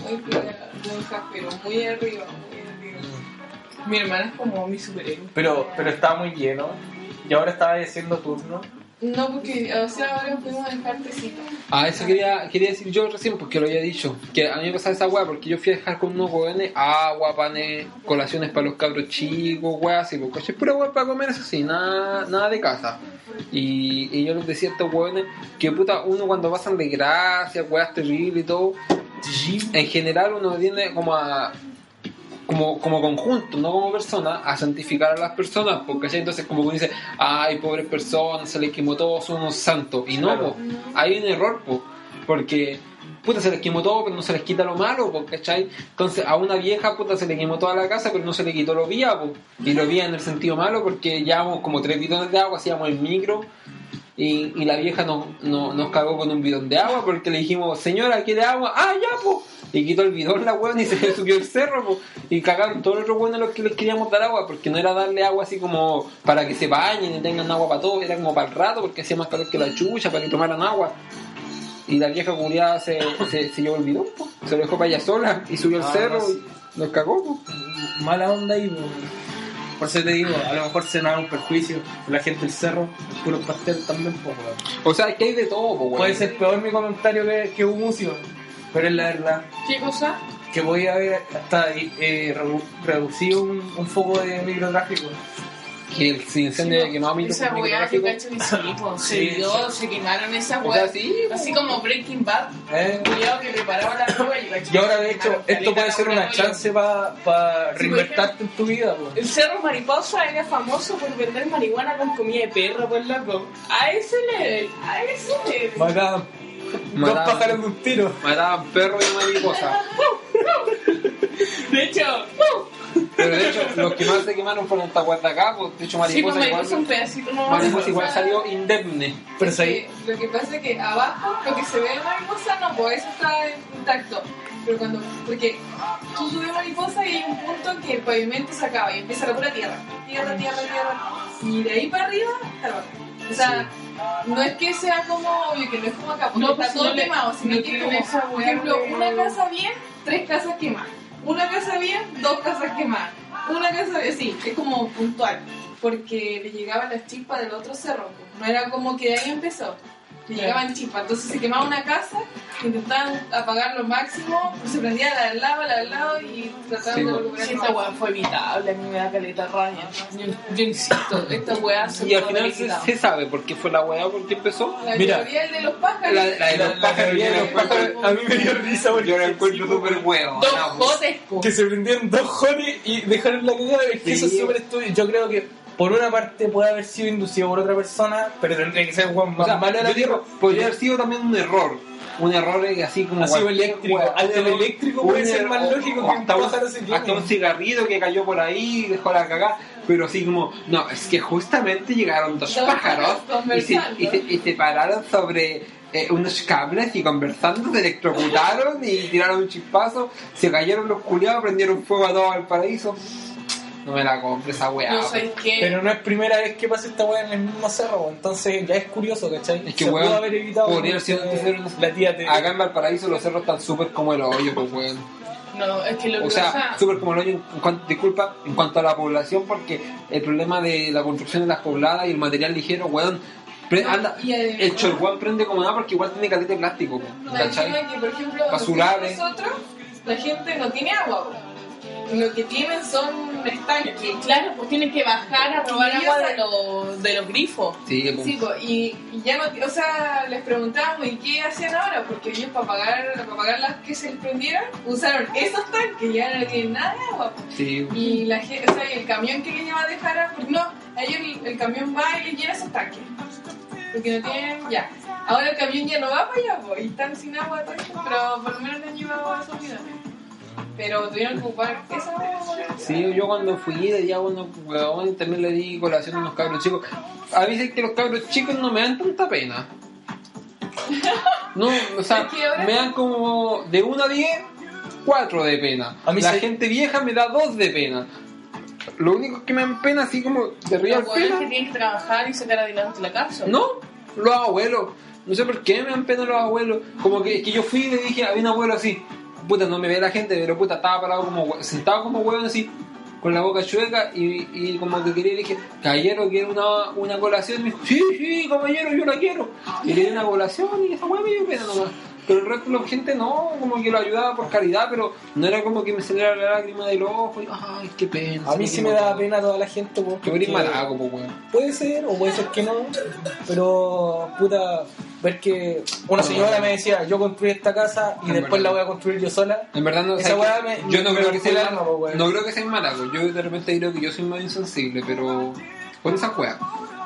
S3: Hoy fui a Lonja, pero muy arriba, muy arriba. Mi hermana es como mi superhéroe.
S2: Pero, pero estaba muy lleno. Y ahora estaba haciendo turno.
S3: No, porque o sea, ahora fuimos a dejar tecito.
S1: Ah, eso quería, quería decir yo recién, porque lo había dicho. Que a mí me pasaba esa weá, porque yo fui a dejar con unos jóvenes agua, panes, colaciones para los cabros chicos, weá, así, pues, coche, pura weá para comer, eso sí, nada, nada de casa. Y, y yo les decía a estos jóvenes que puta, uno cuando pasan de gracia, weas terribles y todo, en general uno tiene como a como, como conjunto, no como persona, a santificar a las personas, porque ¿cachai? entonces como que uno dice, ay, pobres personas, se les quemó todo, son unos santos, y no,
S2: Claro.
S1: po. hay un error, po. porque puta, se les quemó todo, pero no se les quita lo malo, po, ¿cachai? Entonces a una vieja puta se le quemó toda la casa, pero no se le quitó lo vía, po. y lo vía en el sentido malo, porque llevamos como tres bidones de agua, hacíamos el micro, y, y la vieja nos, nos, nos cagó con un bidón de agua porque le dijimos, señora, ¿quiere agua? Ah, ya, pues. y quitó el bidón la weón y se subió el cerro po. y cagaron todos los otros weones a los que les queríamos dar agua porque no era darle agua así como para que se bañen y tengan agua para todos, era como para el rato porque hacía más calor que la chucha para que tomaran agua. Y la vieja culiada se, se, se llevó el bidón, po. se lo dejó para ella sola y subió al
S2: Ah,
S1: cerro
S2: sí.
S1: y los cagó. po.
S2: Mala onda ahí, po. Por eso te digo, a lo mejor se nos da un perjuicio. La gente del cerro, los puros pasteles también, po, weón.
S1: O sea, es que hay de todo, po, weón.
S2: Puede
S3: Pues,
S2: ser peor mi comentario que, que un músico, pero es la verdad.
S3: ¿Qué cosa?
S2: Que voy a haber hasta eh, redu- reducido un, un foco de microtráfico.
S1: Que el se incendio que no a mí
S3: Esa weá que cacho que sí, po, se
S2: Sí.
S3: dio, se quemaron esa
S1: O
S3: weá.
S1: sea, sí, po.
S3: Así como Breaking Bad,
S2: ¿eh?
S3: cuidado que preparaba la prueba y cacho
S2: Y ahora,
S3: que
S2: de hecho,
S3: quemaron
S2: esto puede
S3: caleta
S2: ser
S3: la
S2: una
S3: weá.
S2: chance para pa
S1: pues,
S3: Sí,
S2: reinvertirte en tu vida, pues. po.
S3: El Cerro Mariposa era famoso por vender marihuana con comida de perro, pues loco. A ese level, a ese level.
S2: Bacán. Dos
S1: Bacán.
S2: pájaros de un tiro.
S1: Mataban perros y mariposas.
S3: De hecho, ¡uh!
S1: Pero de hecho, los que más se quemaron fueron esta guarda acá, pues, de hecho
S3: sí, pues
S1: mariposa igual.
S3: mariposa un pedacito no
S1: Mariposa igual salió indemne.
S2: Pero
S5: Sí,
S2: ahí,
S5: Lo que pasa es que abajo, lo que se ve de mariposa, no, pues eso está intacto. Pero cuando, porque tú subes mariposa y hay un punto que el pavimento se acaba y empieza la pura tierra. Tierra, tierra, tierra. Y de ahí para arriba, está la vaca. O sea, no es que sea como, obvio, que no es como acá, porque
S3: No,
S5: está
S3: pues,
S5: todo
S3: no le-
S5: quemado, sino
S3: no
S5: que
S3: tiene
S5: como,
S3: esa
S5: por
S3: hueá
S5: ejemplo,
S3: de-
S5: una casa bien, tres casas quemadas. Una casa bien, dos casas quemadas. Una casa bien, sí, es como puntual porque le llegaban las chispas del otro cerro. pues. No era como que de ahí empezó. Le
S3: Claro.
S5: llegaban chispas. Entonces se quemaba una casa, intentaban apagar lo máximo, pues, se prendía la del lado, la del lado y trataban
S1: Sí,
S5: de
S1: pues.
S5: recuperar.
S3: Si esta weá fue evitable, a mí me da caleta rabia. Yo, yo insisto, esta weá se
S1: Y al
S3: pudo
S1: final
S3: haber
S1: se,
S3: evitado.
S1: se sabe por qué fue la weá, por qué empezó.
S5: La
S2: Mira.
S5: teoría es de los pájaros.
S1: La, la de
S2: La-
S1: los
S2: la
S1: pájaros.
S2: teoría
S1: yo
S2: de
S1: la
S2: los
S1: encuentro-
S2: pájaros, a mí me dio risa porque
S1: Yo la encuentro
S2: sí,
S1: súper huevo.
S3: Dos
S1: no, pues.
S3: botes, po.
S2: que se prendieron dos jones y dejaron la cagada, es que
S1: Sí.
S2: eso es súper estúpido. Yo creo que por una parte puede haber sido inducido por otra persona, pero tendría que ser un weón
S1: O
S2: más
S1: sea,
S2: malo de la
S1: yo digo,
S2: tierra.
S1: podría haber sido también un error. Un error es así como.
S2: Ha sido
S1: cualquier
S2: eléctrico.
S1: weá.
S2: Hasta el
S1: Un
S2: eléctrico puede ser
S1: error,
S2: más lógico que un
S1: hasta
S2: pájaro se queme.
S1: Hasta un cigarrito que cayó por ahí y dejó la cagada. Pero así como, no, es que justamente llegaron dos
S5: Dos
S1: pájaros
S5: pájaros
S1: y se, y se- y se pararon sobre eh, unos cables y conversando se electrocutaron y tiraron un chispazo. Se cayeron los culiados, prendieron fuego a todo el paraíso. No me la compre esa weá.
S3: Yo sé
S1: eh,
S3: que
S2: Pero no es primera vez que pasa esta weá en el mismo cerro, entonces ya es curioso, ¿cachai?
S1: Es que,
S2: Se
S1: weón,
S2: pudo haber evitado
S1: podría haber sido
S2: porque
S1: antes de-
S2: la tía te...
S1: Acá en Valparaíso los cerros están súper como el hoyo, pues weón.
S3: no, es que lo que
S1: O sea,
S3: pasa.
S1: súper como el hoyo, en cuanto, disculpa, en cuanto a la población, porque el problema de la construcción de las pobladas y el material ligero, weón, pre-
S5: No,
S1: anda,
S5: y además-
S1: el chorguán prende como nada porque igual tiene caleta de plástico, weón,
S5: No,
S1: ¿cachai?
S5: encima que, por ejemplo, donde
S1: Basurales.
S5: estamos nosotros, la gente no tiene agua. po. Lo que tienen son estanques.
S3: Claro, pues tienen que bajar a robar
S5: Y
S3: agua
S5: esa-
S3: de los, de los grifos.
S1: Sí, pues,
S5: Sí, po, y, y ya no, o sea, les preguntábamos, ¿y qué hacían ahora? Porque ellos para pagar, para pagar las que se les prendieron, usaron esos tanques, ya no tienen nada de agua. po.
S1: sí.
S5: Y la gente, o sea, y el camión que les lleva a dejar, a- porque no, a ellos el, el camión va y les llena esos tanques. Porque no tienen, ya. Ahora el camión ya no va para allá, po, y están sin agua, todo eso, pero por lo menos les lleva agua a sus vidas. Pero tuvieron que ocupar esa agua.
S1: Sí, yo cuando fui de allá, bueno, weón, también le di colación a unos cabros chicos. A veces que los cabros chicos no me dan tanta pena. No, o sea,
S5: Es que ahora-
S1: me dan como de 1 a 10, 4 de pena.
S2: A mí
S1: La
S2: se-
S1: gente vieja me da 2 de pena. Lo único que me dan pena, así como de real
S3: Los weones que
S1: pena,
S3: tienen que trabajar y sacar adelante la cárcel.
S1: no, los abuelos. No sé por qué me dan pena los abuelos. Como que, que yo fui y le dije, había un abuelo así, puta, no me ve la gente, pero puta, estaba parado como, hue- sentado como hueón así, con la boca chueca y, y como que quería, le dije, caballero, quiero una, una colación. Y me dijo, sí, sí, caballero, yo la quiero. Y le di una colación y esa hueá me dio pena nomás. Pero el resto de la gente no, como que lo ayudaba por caridad, pero no era como que me saliera la lágrima del ojo. Y, Ay, qué pena.
S2: A mí sí me da pena toda la gente, po,
S1: Que eres
S2: porque-
S1: malaco, pues, weón.
S2: Puede ser, o puede ser que no, pero puta, ver que una señora me decía, yo construí esta casa y
S1: Es
S2: después la
S1: verdad.
S2: voy a construir yo sola.
S1: En verdad no
S2: Esa
S1: ¿sabes
S2: weá
S1: qué?
S2: me-
S1: yo no
S2: me
S1: creo que
S2: preocupa
S1: sea
S2: el alma, po, weón.
S1: no creo que sea malaco, yo de repente creo que yo soy más insensible, pero con esa weá,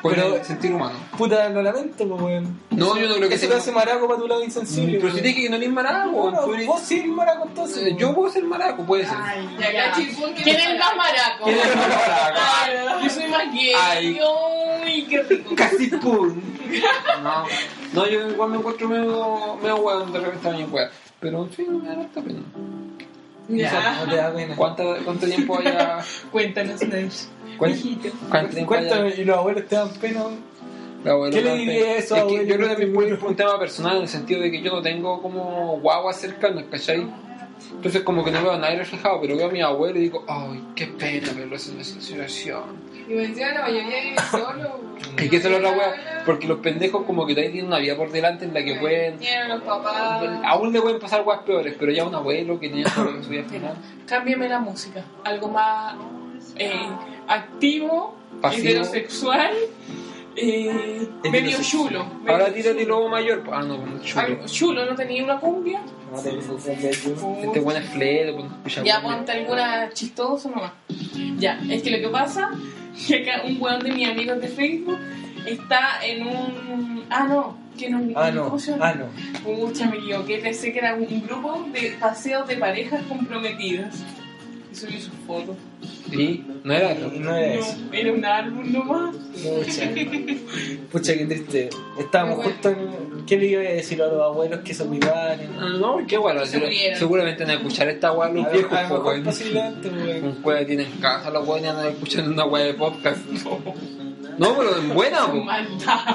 S1: con
S2: Pero-
S1: el sentir humano.
S2: Puta, lo lamento, pues weón.
S1: No, yo no creo que
S2: Eso
S1: sea
S2: te hace maraco para tu lado insensible.
S1: Pero si te
S2: weón.
S1: dije que no eres maraco,
S2: No,
S1: tú eres-
S2: vos sí eres maraco entonces.
S1: Eh, yo puedo ser maraco, puede ser.
S3: Ay,
S5: Ya,
S3: ya.
S5: cacho, y punto, y
S3: ¿Quién
S5: no
S3: es más maraco?
S1: ¿Quién es más maraco?
S3: Ay, Yo soy más gay.
S1: Ay.
S3: Ay, qué rico.
S1: Casi pum. No, no, yo igual me encuentro medio, medio weón de repente también weón. Pero en fin, me da harta pena.
S2: No te
S3: Ya.
S2: da pena.
S1: ¿Cuánto, cuánto tiempo haya.?
S3: Cuéntanos, Nash.
S1: cuán-
S3: Hijito.
S1: ¿Cuánto tiempo haya.?
S2: Cuéntame, y los abuelos te dan pena. weón.
S1: La abuela
S2: ¿Qué le
S1: Dante.
S2: diría eso a
S1: Es que
S2: abuelo?
S1: yo creo que también puede ir por un tema personal, en el sentido de que yo no tengo como guagua cercana, ¿cachai? Entonces como que no veo a nadie reflejado, pero veo a mi abuelo y digo, ay, qué pena verlos en esa situación.
S5: Y me encima la mayoría vive solo.
S1: Es que esa es la otra wea, porque los pendejos como que todavía tienen una vida por delante en la que pueden...
S5: Tienen los papás.
S1: Aún le pueden pasar guas peores, pero ya un abuelo que tenía su su vida final.
S3: Cámbiame la música. Algo más eh, activo,
S1: Pasivo.
S3: heterosexual, eh, medio
S2: Heterosexual.
S3: chulo.
S1: Ahora
S3: medio
S1: tírate el
S3: chulo.
S1: lobo mayor. Ah, no, bueno, chulo.
S3: Algo chulo, ¿no tenía una cumbia?
S2: No te dicen que es un-
S1: Este buen es fleto, pues, no escucha
S3: Ya
S1: buena.
S3: ponte alguna chistosa nomás. Ya, es que lo que pasa es que acá un weón de mis amigos de Facebook está en un. Ah, no, que no.
S2: Ah, no.
S3: ¿cómo se llama?
S2: Ah, no.
S3: Pucha, me equivoqué, pensé que era un grupo de paseos de parejas comprometidas. Y subí sus fotos.
S1: Sí, no era eso.
S2: No era eso.
S3: No, era un álbum nomás.
S2: Pucha. Pucha, qué triste. Estábamos justo en. ¿Qué le iba a decir a los abuelos que se olvidaran?
S1: No, qué bueno.
S3: Se murieron.
S1: Seguramente no escuchar esta guay
S2: A
S1: los
S2: lo-
S1: viejos,
S2: a lo
S1: pues,
S2: mejor
S1: weón.
S2: posiblemente, weón.
S1: Un cueva tiene en casa, los weones andan escuchando una weá de podcast. No, pero en buena,
S3: Su
S1: po.
S3: maldad.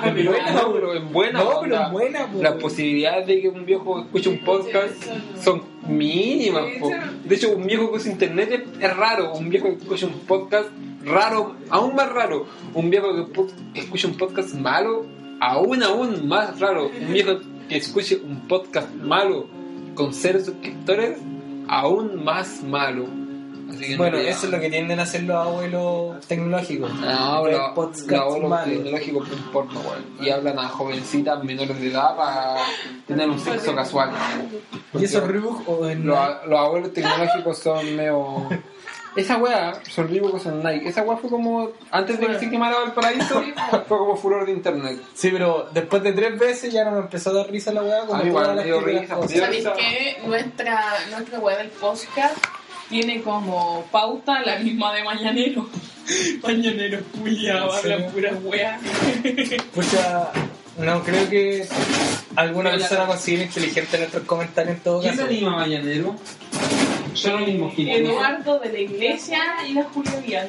S1: No, pero en buena.
S2: No, pero
S1: onda.
S2: es buena, weón.
S1: Las posibilidades de que un viejo escuche un podcast son mínimas, po. De hecho, un viejo que usa internet es- es raro. Un viejo que escucha un podcast raro, aún más raro. Un viejo que pu- que escucha un podcast malo, aún, aún más raro. Un viejo que escuche un podcast malo con cero suscriptores, aún más malo. Así que no
S2: Bueno,
S1: te-
S2: eso es lo que tienden a hacer los abuelos tecnológicos.
S1: Ah,
S2: Ver
S1: la,
S2: podcasts
S1: la ola
S2: malos.
S1: tecnológico por un porno, weón. Y hablan a jovencitas menores de edad para tener un sexo casual.
S2: ¿Y eso es Ryuk o en.?
S1: Los, a- los abuelos tecnológicos son medio. Esa weá, son libros son Nike. Esa weá fue como. Antes de que se quemara el paraíso, fue como furor de internet.
S2: Sí, pero después de tres veces ya no me empezó a dar risa la weá.
S1: A
S2: Como
S1: mí igual me
S2: todas las
S1: dio
S2: primeras
S1: risa,
S2: cosas.
S1: me dio
S3: ¿Sabéis qué? Nuestra, nuestra web del podcast tiene como pauta la misma de Mañanero. Mañanero culiao,
S2: ¿En
S3: hablan
S2: serio?
S3: puras weas.
S2: Pucha, no creo que alguna
S3: Yo la-
S2: persona considere inteligente nuestros comentarios en todo
S4: ¿Quién se
S2: caso.
S4: anima mañanero? Yo lo mismo, Gil.
S3: Eduardo de la Iglesia y la Julio Vial.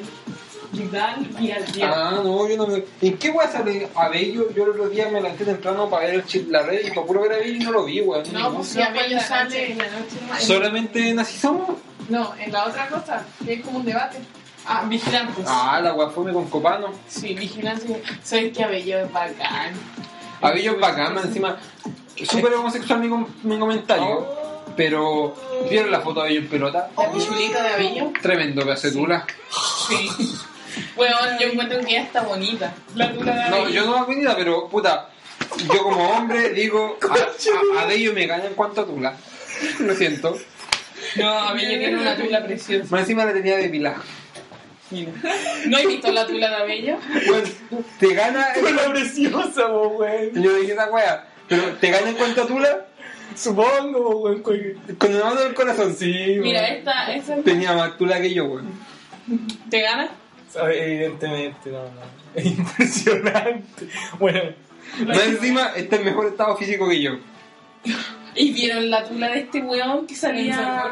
S3: Vidal Vial Vial.
S1: Ah, no, yo no me. ¿En qué weá sale Abello? Yo el otro día me levanté temprano para ver el chip, la red y para puro ver a Abello y no lo vi, weón.
S5: No, pues ya
S3: Bello sale
S5: en la noche.
S1: ¿Solamente nací somos?
S5: No, en la otra cosa, que es como un debate.
S3: Ah, vigilantes.
S1: Ah, la weá fue con Copano.
S3: Sí, vigilantes. Sabes que Abello es bacán.
S1: Abello es bacán, más encima. Súper homosexual mi, com- mi comentario. Pero. ¿Vieron la foto de Abello en pelota?
S3: La pichulita de Abello.
S1: Tremendo pedazo de tula.
S3: Sí. Weón, yo encuentro que ella está bonita. La tula de
S1: No,
S3: Abello.
S1: yo no hago ni idea, pero puta, yo como hombre digo, a, a, a Bello me gana en cuanto a Tula. Lo siento.
S3: No, Abello tiene una tula preciosa.
S1: Más encima la tenía de pila.
S3: Mira. ¿No he visto la tula de Abello?
S1: Bueno, te gana.
S2: Una preciosa, po, weón.
S1: Yo dije esa wea, pero te gana en cuanto a Tula
S2: Supongo, po, weón. que-
S1: con el mando del corazón.
S2: Sí, weón.
S3: Mira, eh. esta, esta
S1: Tenía más Tula que yo, weón.
S3: te gana.
S2: Sabe, Evidentemente, no, no. Es impresionante. Bueno,
S1: Más encima está en mejor estado físico que yo.
S3: Y vieron la tula de este weón que salía.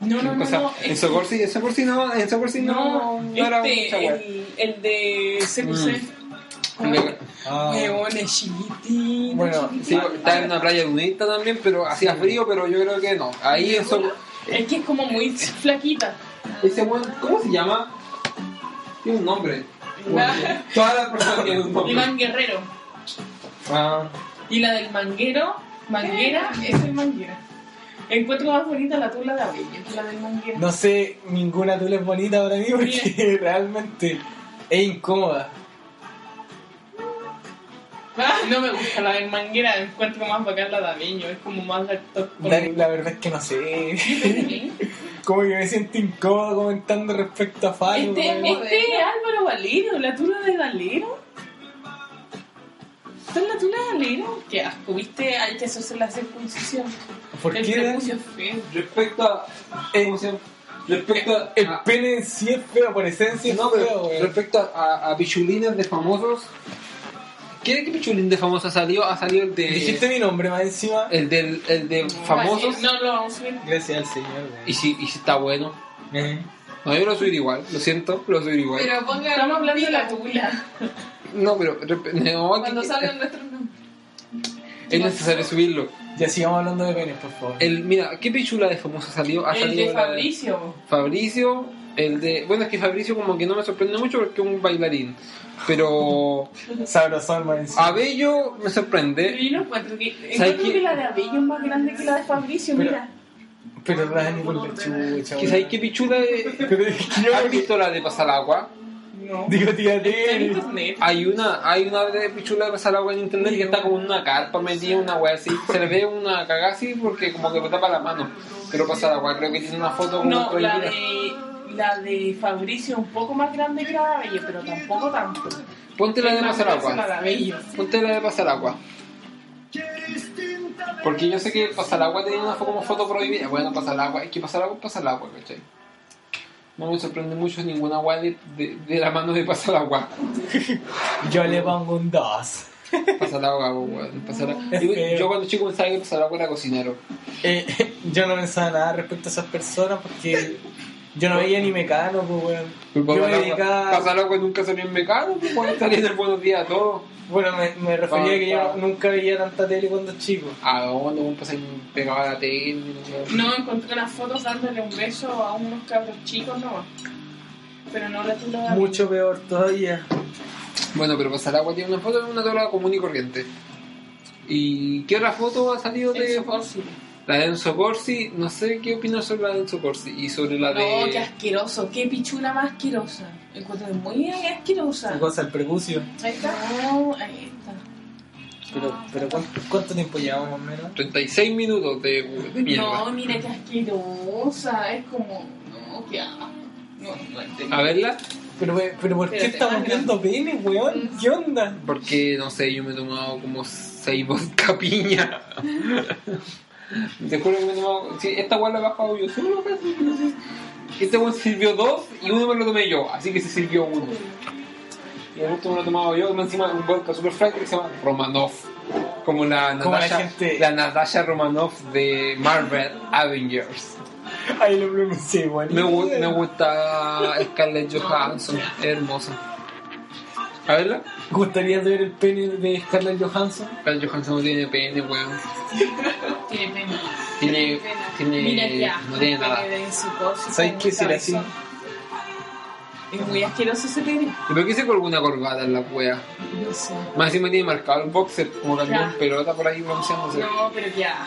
S3: No, no, no,
S1: O sea,
S3: no.
S1: en
S3: este-
S1: Socor sí, en Socor sí no, en Socor sí no,
S3: no,
S1: no era mucha
S3: este,
S1: wea.
S3: el, el de CQC.
S1: Mm.
S3: Ay,
S2: ah,
S3: Weón, es chiquitino.
S2: Bueno,
S3: chiquitino.
S1: Sí, estaba en una playa nudista también, pero hacía frío, pero yo creo que no. Ahí en Socor...
S3: Es que es como muy flaquita.
S1: Ese weón, ¿cómo se llama? Tiene un nombre. Todas las personas tienen un nombre.
S3: Iván Guerrero.
S1: Ah,
S3: Y la del manguero, manguera, es el manguera. Encuentro más bonita la tula de Abello que la del manguero.
S2: no sé, ninguna tula es bonita para mí porque realmente es incómoda.
S3: No me gusta la del manguera, encuentro más bacán la de Abeño, es como más de actor.
S2: Dani, la verdad es que no sé. Como que me siento incómodo comentando respecto a Falo.
S3: Este,
S2: weón.
S3: este es Álvaro Valero, la tula de Valero. ¿Esta es la tula de Valero? Qué asco, viste, hay que hacerse la circuncisión.
S2: ¿Por
S3: el
S2: qué? Dani?
S3: prepucio es feo.
S1: respecto a. eh, ¿Cómo se llama? Respecto a.
S2: El
S1: a-
S2: pene en sí es feo, por esencia es
S1: Ah. no,
S2: feo,
S1: pero
S2: weón.
S1: respecto a, a pichulines de famosos, ¿Qué, qué pichulín de famoso ha salido? Ha salido el
S2: Dijiste
S1: de.
S2: mi nombre más encima.
S1: El del el de famosos.
S3: No, lo vamos a subir.
S2: Gracias al señor. güey.
S1: Y si, y si está bueno.
S2: Ajá.
S1: No, yo lo subiré igual, lo siento, lo subiré igual.
S5: Pero pongan.
S3: Estamos hablando de la
S5: pila
S3: tula.
S1: no, pero rep- no,
S5: Cuando
S1: que-
S5: salgan nuestros nombres.
S1: es necesario subirlo.
S2: Ya sigamos hablando de penes, por favor.
S1: El, mira, ¿qué pichula de famoso ha salido? Ha
S3: El
S1: salido
S3: de
S1: la de-
S3: Fabricio.
S1: Fabricio, el de. Bueno, es que Fabricio como que no me sorprende mucho porque es un bailarín. Pero.
S2: Sabrosón más encima.
S1: Abello me
S3: Pero
S1: sorprende.
S3: yo no encuentro que.
S1: ¿Sabes
S3: Encuentro
S1: qué?
S3: que la de Abello es más grande que la de Fabricio,
S2: Pero-
S3: Ah, mira.
S2: Pero Rani por la chucha.
S1: Que
S2: güey.
S1: sabéis qué pichula de.
S2: Pero es que yo-
S1: ¿Has visto la de pasar agua?
S3: No.
S2: Digo, tía,
S3: Está en
S2: tía.
S3: internet.
S1: Hay una, hay una de pichula de pasar agua en internet que está como en una carpa metida, una wea así. Se le ve una cagada así porque como que me tapa la mano. Pero pasar agua, creo que tiene una foto como
S3: No, la
S1: prohibida.
S3: de, la de Fabricio un poco más grande que la de Abello, pero tampoco tanto.
S1: Ponte la de
S3: Más
S1: pasar
S3: grande
S1: agua.
S3: La de Abello.
S1: Ponte la de pasar agua. Porque yo sé que pasar agua tenía una fo- como foto prohibida. Bueno, pasar agua, es que pasar agua es pasar agua, ¿cachai? No me sorprende mucho ninguna agua de, de- de la mano de pasar agua.
S2: Yo le pongo un 2.
S1: Pasar agua, weón. Pasar agua.
S2: Es
S1: Yo,
S2: feo.
S1: yo cuando chico pensaba que pasar agua era cocinero.
S2: Eh, yo no pensaba nada respecto a esas personas porque yo no veía ni mecano, pues, weón.
S1: Pero
S2: Yo me
S1: Pasar agua,
S2: dedicaba.
S1: pasar agua nunca salió en mecano, pues, weón. salía en el buenos días a todos.
S2: Bueno, me, me refería a que yo nunca veía tanta tele cuando chico.
S1: ¿A dónde? weón? Pues ahí pegaba la tele. weón.
S3: No encontré las fotos dándole un beso a unos cabros chicos nomás. Pero no la tula de Abello.
S2: Mucho peor todavía.
S1: Bueno, pero pasar agua tiene una foto de una tabla común y corriente. ¿Y qué otra foto ha salido de
S3: Eso fósil.
S1: La de Enzo Corsi, no sé qué opinas sobre la de Enzo Corsi y sobre la
S3: No, Oh, qué
S1: de...
S3: asqueroso, qué pichula más asquerosa. Encuentro que es muy asquerosa.
S2: Esa cosa, el prepucio.
S3: Ahí está. No, ahí está.
S2: Pero, pero ¿cuánto, cuánto tiempo llevamos más o menos?
S1: 36 minutos de, de mierda.
S3: No, mira qué asquerosa. Es como. No, qué asco. No, no entiendo.
S1: A verla,
S2: Pero, we- pero ¿por qué
S3: Espérate,
S2: estamos
S3: más
S2: viendo penes, weón? ¿Qué onda?
S1: porque no sé, yo me he tomado como 6 vodka piña. Te juro que me he tomado... sí, esta guarda la he bajado yo solo. casi. Este weón se sirvió dos y uno me lo tomé yo, así que se sirvió uno. Y el último me lo he tomado yo, y más encima un vodka super flat que se llama Romanov. Como la
S2: Como la
S1: Natasha,
S2: gente-
S1: la Natasha Romanov de Marvel Avengers.
S2: Ahí lo pronuncié, weón.
S1: Me, gu- me gusta Scarlett Johansson, es hermosa. A verla,
S2: gustaría ver el pene de Scarlett Johansson.
S1: Scarlett Johansson no tiene pene, weón.
S3: Tiene pena.
S1: Tiene,
S3: Mira
S1: tiene,
S3: qué asco.
S1: no tiene
S3: el
S1: nada.
S3: pene de psicosis.
S2: ¿Sabes qué será así?
S3: Es muy asqueroso ese pene.
S1: ¿Y por qué se colgó una corbata en la wea?
S3: No sé.
S1: Más encima tiene marcado el boxer, como cambió en
S3: Ya.
S1: pelota por ahí bronceándose.
S3: No, pero ya.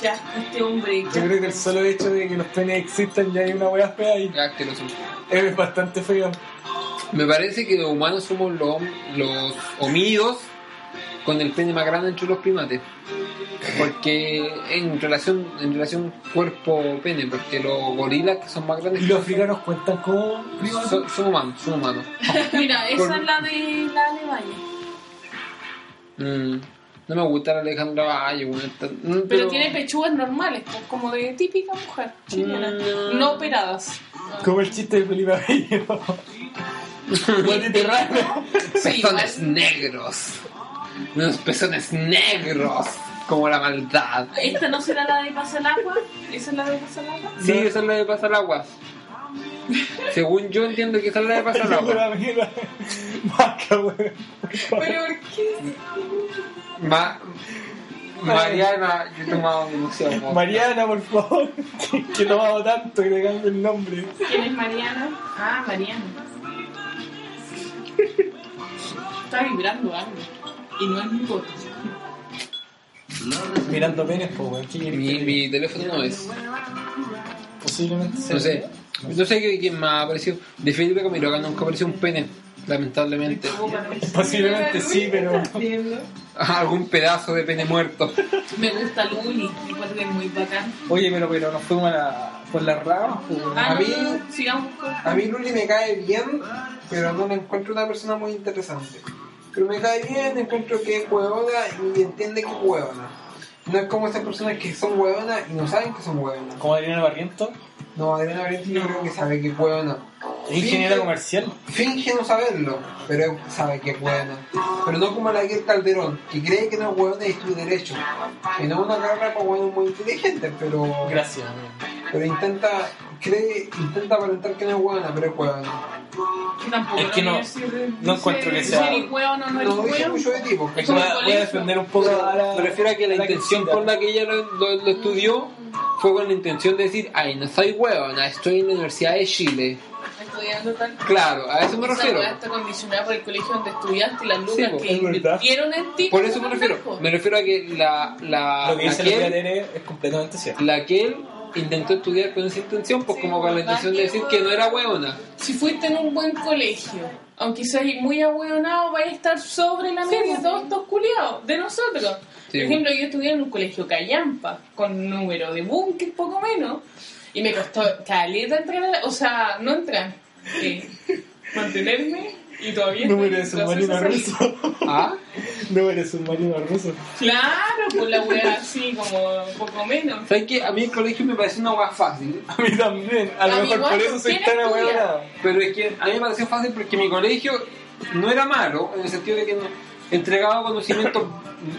S3: Ya, este hombre.
S2: Yo creo que el solo hecho de que los penes existan ya hay una wea fea ahí.
S1: Ya, asqueroso.
S2: Es bastante feo.
S1: Me parece que los humanos somos los, hom- los homínidos con el pene más grande entre los primates. Porque en relación, en relación cuerpo-pene, porque los gorilas que son más grandes
S2: Y
S1: que
S2: los
S1: nosotros,
S2: africanos cuentan como primates.
S1: Son, son humanos, son humanos.
S3: Mira, esa
S1: Por-
S3: es la de la Alemania.
S1: Mm, no me gusta la Alejandra Valle, bueno, está- mm, pero,
S3: Pero, tiene pechugas normales, pues, como de típica mujer chilena.
S1: Mm.
S3: No operadas.
S2: Como el chiste de Felipe Abello. Mediterráneo.
S3: Sí,
S1: pezones
S3: igual.
S1: negros. Unos pezones negros. Como la maldad.
S3: ¿Esta no será la de pasar agua? ¿Esa es la de pasar agua?
S1: Sí, esa es la de pasar agua. Según yo entiendo que esa es la de pasar agua.
S2: Una mierda. Vaca, weón.
S5: Pero ¿por qué?
S1: Ma- Mariana, yo he tomado demasiado vodka.
S2: Mariana, por favor. Que- Que no hago tanto que le cambie el nombre.
S3: ¿Quién es Mariana? Ah, Mariana. Está vibrando algo. Y no es mi voto.
S2: Mirando penes, pues, weón. ¿Qué quieres
S1: Mi,
S2: que
S1: mi teléfono no es.
S2: diga? Posiblemente sea.
S1: No sé. No sé qué- quién más apareció. De Felipe Camiroaga nunca apareció un pene. Lamentablemente.
S2: Posiblemente sí, pero.
S5: Entiendo.
S1: Algún pedazo de pene muerto.
S3: Me gusta Luli, me parece que es muy bacán.
S2: Oye, pero, pero nos fuimos a la, por las ramas, pues, weón.
S3: Ah,
S1: A
S3: no,
S1: mí-
S3: no, no, sigamos con...
S1: A mí Luli me cae bien, pero no me encuentro una persona muy interesante. Pero me cae bien, encuentro que es huevona y entiende que es huevona. No es como esas personas que son huevonas y no saben que son huevonas.
S2: Como Adriana Barriento.
S1: No, Adriana Valenti yo creo que sabe que es huevona.
S2: Ingeniero comercial.
S1: Finge no saberlo, pero sabe que es bueno. Pero no como la Guerra Calderón, que cree que no es hueón es tu derecho. Y no es una carrera para hueones muy inteligentes, pero,
S2: Gracias, amigo.
S1: pero intenta, cree, intenta aparentar que no es hueona, pero es hueona.
S3: Que tampoco
S2: Es
S3: la
S2: que no-
S3: universidad te
S2: no encuentro que
S3: dice,
S2: sea-
S3: "Eres hueón o no eres
S1: No dice
S3: hueón".
S1: mucho de tipo.
S2: Es que voy a- voy a defender un poco a la.
S1: Me refiero a que la intención
S2: chica.
S1: por la que ella lo, lo- lo estudió fue con la intención de decir, ay, no soy hueona, estoy en la Universidad de Chile.
S5: Estudiando tal.
S1: Claro, a eso me
S5: Esa
S1: refiero.
S5: weá está condicionada por el colegio donde estudiaste y las lucas
S1: Sí, po,
S5: que
S2: es verdad.
S5: invirtieron en ti.
S1: Por eso me
S5: son
S1: refiero.
S5: lejos.
S1: Me refiero a que la, la,
S2: Lo que
S1: la
S2: dice la
S1: Kel-
S2: tía Tere es completamente cierto.
S1: la que él intentó estudiar con esa intención, pues
S5: Sí,
S1: como con la
S5: ¿verdad?
S1: intención de
S5: Qué
S1: decir
S5: bueno.
S1: que no era hueona.
S5: Si fuiste en un buen colegio,
S3: Aunque seas muy ahueonado, vais a estar sobre la
S5: Sí,
S3: media
S5: sí.
S3: de todos estos culiados, de nosotros.
S1: Sí.
S3: Por ejemplo, yo estudié en un colegio callampa, con número de búnker poco menos, y me costó caleta entrar, a la- o sea, no entrar, eh, mantenerme y todavía...
S2: Número de
S3: estoy en
S2: submarino
S3: proceso de-
S2: ruso.
S1: ¿Ah?
S2: Número de submarino ruso.
S3: Claro, pues la wea así, como poco menos.
S1: ¿Sabes qué? A mí el colegio me pareció una hueá fácil.
S2: A mí también. A lo
S5: Amigo,
S2: mejor por eso soy
S5: ¿quién
S2: tan
S5: estudia?
S2: abuelado.
S1: Pero es que a mí me pareció fácil porque mi colegio no era malo, en el sentido de que no- entregaba conocimientos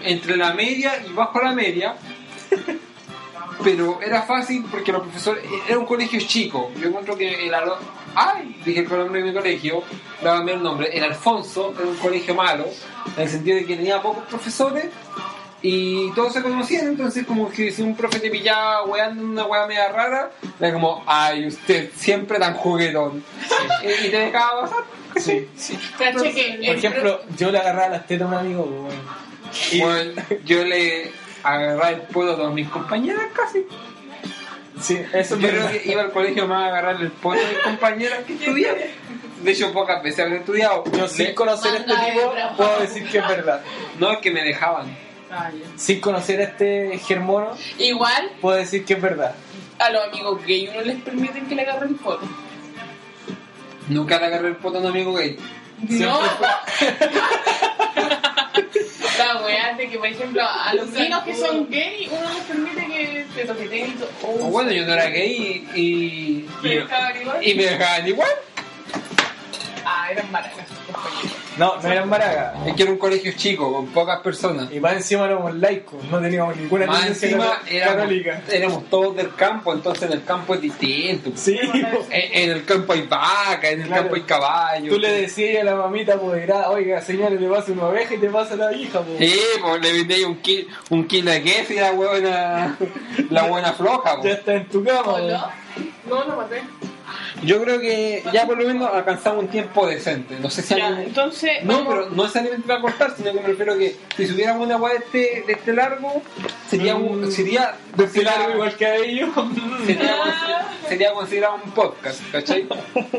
S1: entre la media y bajo la media. Pero era fácil porque los profesores. Era un colegio chico. Yo encuentro que el. Al- ¡Ay! Dije el nombre de mi colegio. Le cambié el nombre. El Alfonso era un colegio malo. En el sentido de que tenía pocos profesores. Y todos se conocían, entonces como que si un profe te pillaba weando en una wea media rara, era como, ay, usted siempre tan juguetón. Y, y te dejaba pasar.
S2: Sí, sí.
S3: Cacha que
S2: Por
S3: el
S2: ejemplo, yo le agarraba las tetas a un amigo. weón. Y-
S1: Bueno, yo le agarraba el polo a todas mis compañeras casi.
S2: Sí, eso
S1: Yo
S2: es
S1: creo
S2: verdad.
S1: que iba al colegio más a agarrar el polo de mis compañeras que estudiaban. De hecho, pocas veces había estudiado.
S2: Yo sin conocer a este
S5: Manda de
S2: tipo
S5: trabajo.
S2: puedo decir que es verdad.
S1: No, es que me dejaban.
S2: Sin conocer a este germono
S3: igual
S2: puedo decir que es verdad.
S3: a los amigos gay uno les permiten que le agarren fotos.
S1: Nunca le agarré el polo a un amigo gay.
S3: No. La weá de que, por ejemplo, a los niños que son gay, uno les permite que te toqueteen y todo.
S1: O bueno, yo no era gay y, y,
S3: Pero estaba igual.
S1: y me dejaban igual.
S3: Ah, eran maracas.
S2: No, no eran Maraga.
S1: Es que era un colegio chico, con pocas personas.
S2: Y más encima éramos laicos, no teníamos ninguna
S1: Más
S2: tendencia
S1: encima
S2: cata-
S1: éramos,
S2: católica.
S1: éramos todos del campo, entonces en el campo es distinto.
S2: Sí, po.
S1: En, en el campo hay vaca, en el
S2: Claro.
S1: campo hay caballo.
S2: tú le decías a la mamita apoderada, oiga, señora, te pasa una oveja y te pasa la hija, po.
S1: Sí, pues le vendí un kilo, un kilo de queso y la buena, la buena floja. po.
S2: Ya está en tu cama, po.
S5: ¿no?
S3: No, no maté.
S1: Yo creo que ya por lo menos alcanzamos un tiempo decente. No sé si
S3: Ya,
S1: alguien-
S3: entonces.
S1: No,
S3: vamos-
S1: pero no necesariamente para cortar, sino que me refiero que si subiéramos una agua de este, de este largo, sería un,
S2: Mm.
S1: sería,
S2: De ese largo igual que a ellos.
S1: sería,
S2: Ah.
S1: consider- sería considerado un podcast, ¿cachai?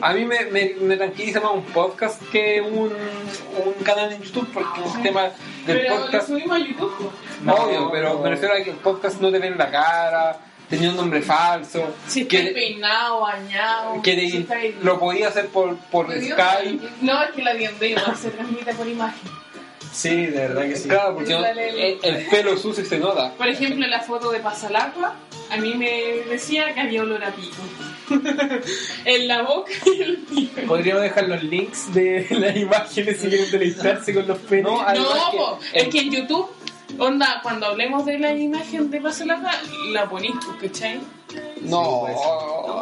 S1: A mí me, me, me tranquiliza más un podcast que un, un canal en YouTube, porque el tema del
S3: Pero lo
S1: podcast,
S3: subimos a YouTube. po.
S2: No.
S1: obvio, pero me refiero a que el podcast no te ven la cara, tenía un nombre falso,
S3: Si estáis
S1: que,
S3: peinado, bañado.
S1: que
S3: si estáis-
S1: lo podía hacer por, por
S5: Pero yo-
S1: Skype.
S3: No, es que la viendo igual se transmite por imagen.
S2: Sí, de verdad que sí.
S1: Claro, porque no- el, el pelo sucio se nota.
S3: Por ejemplo, la foto de Pasalacua, a mí me decía que había olor a pico. en la boca y el pico.
S2: Podríamos dejar los links de las imágenes si quieren deleitarse con los penes.
S1: No,
S3: No,
S1: además que-
S3: po, es que en YouTube, onda, cuando hablemos de la imagen de Pasalacua, la ponís, pues, ¿cachai?
S1: No.
S2: Sí, pues.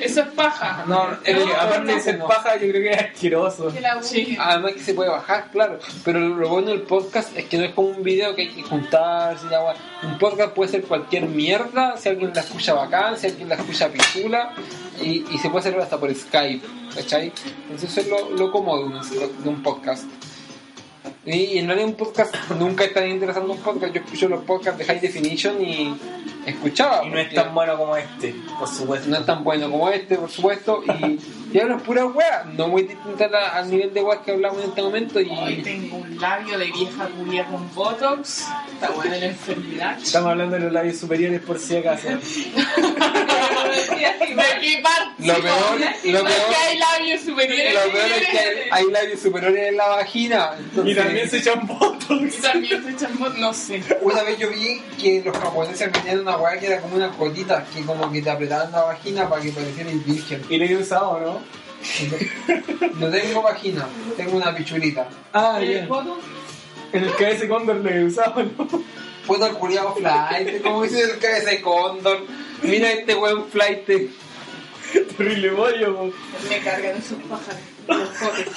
S3: Eso es paja.
S2: No, es que
S1: No,
S2: aparte
S1: no,
S2: de ser
S1: no.
S2: paja, yo creo que es asqueroso.
S5: Que la busquen.
S1: Además que se puede bajar, claro. Pero lo bueno del podcast es que no es como un video que hay que juntarse y la weá. Un podcast puede ser cualquier mierda, si alguien la escucha bacán, si alguien la escucha pichula, y, y se puede hacer hasta por Skype, ¿cachai? Entonces eso es lo, lo cómodo de un, de un podcast. Y, y en realidad un podcast nunca es tan interesante un podcast. Yo escucho los podcasts de High Definition y escuchaba.
S2: Y no es
S1: porque
S2: tan bueno como este, por supuesto.
S1: no es tan bueno como este, por supuesto, y, y hablan pura weá, no muy distinta a la- al nivel de weá que hablamos en este momento. Y,
S3: Hoy tengo un labio de vieja culia con botox. Está buena la enfermedad.
S2: Estamos hablando de los labios superiores por si acaso.
S3: ¿De qué parte?
S1: Lo peor- lo
S3: Porque
S1: peor-
S3: hay labios superiores.
S1: lo peor es que hay, hay labios superiores en la vagina. entonces-
S2: y también se echan
S3: Y
S2: botox.
S3: también se echan bot- no sé.
S1: Una vez yo vi que los japoneses tenían una weá que era como una cotita, que como que te apretaban la vagina para que parecieras virgen.
S2: Y le he usado, ¿no?
S1: No tengo vagina, tengo una pichurita.
S2: Ah,
S3: ¿En el
S2: ya.
S3: foto?
S2: En el KS Condor le usaban.
S1: Puta el culiado flight, como dice el que ese cóndor. Mira este weón flight.
S2: Terrible bollo, po.
S5: Me cargan esos pájaros. Los foques.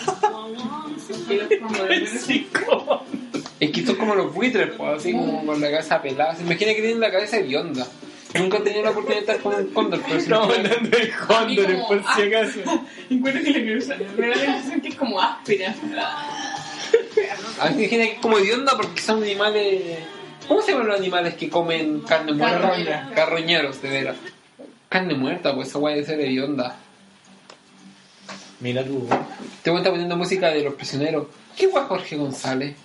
S2: El cinco.
S1: Es que son como los buitres, pues, así como con la cabeza pelada. Se imagina que tienen la cabeza de onda. Nunca he tenido la oportunidad de estar con un cóndor, pero si
S2: Estamos hablando del Condor, por si acaso.
S3: Encuentro que la creusa me da la sensación que es como áspera.
S1: A mí me imagina que es como de onda porque son animales. ¿Cómo se llaman los animales que comen carne muerta?
S5: Carroñeros.
S1: Carroñeros, de veras. Carne muerta, pues esa weá debe ser de onda.
S2: Mira tú.
S1: Te voy a estar Este poniendo música de los prisioneros. ¿Qué guay Jorge González?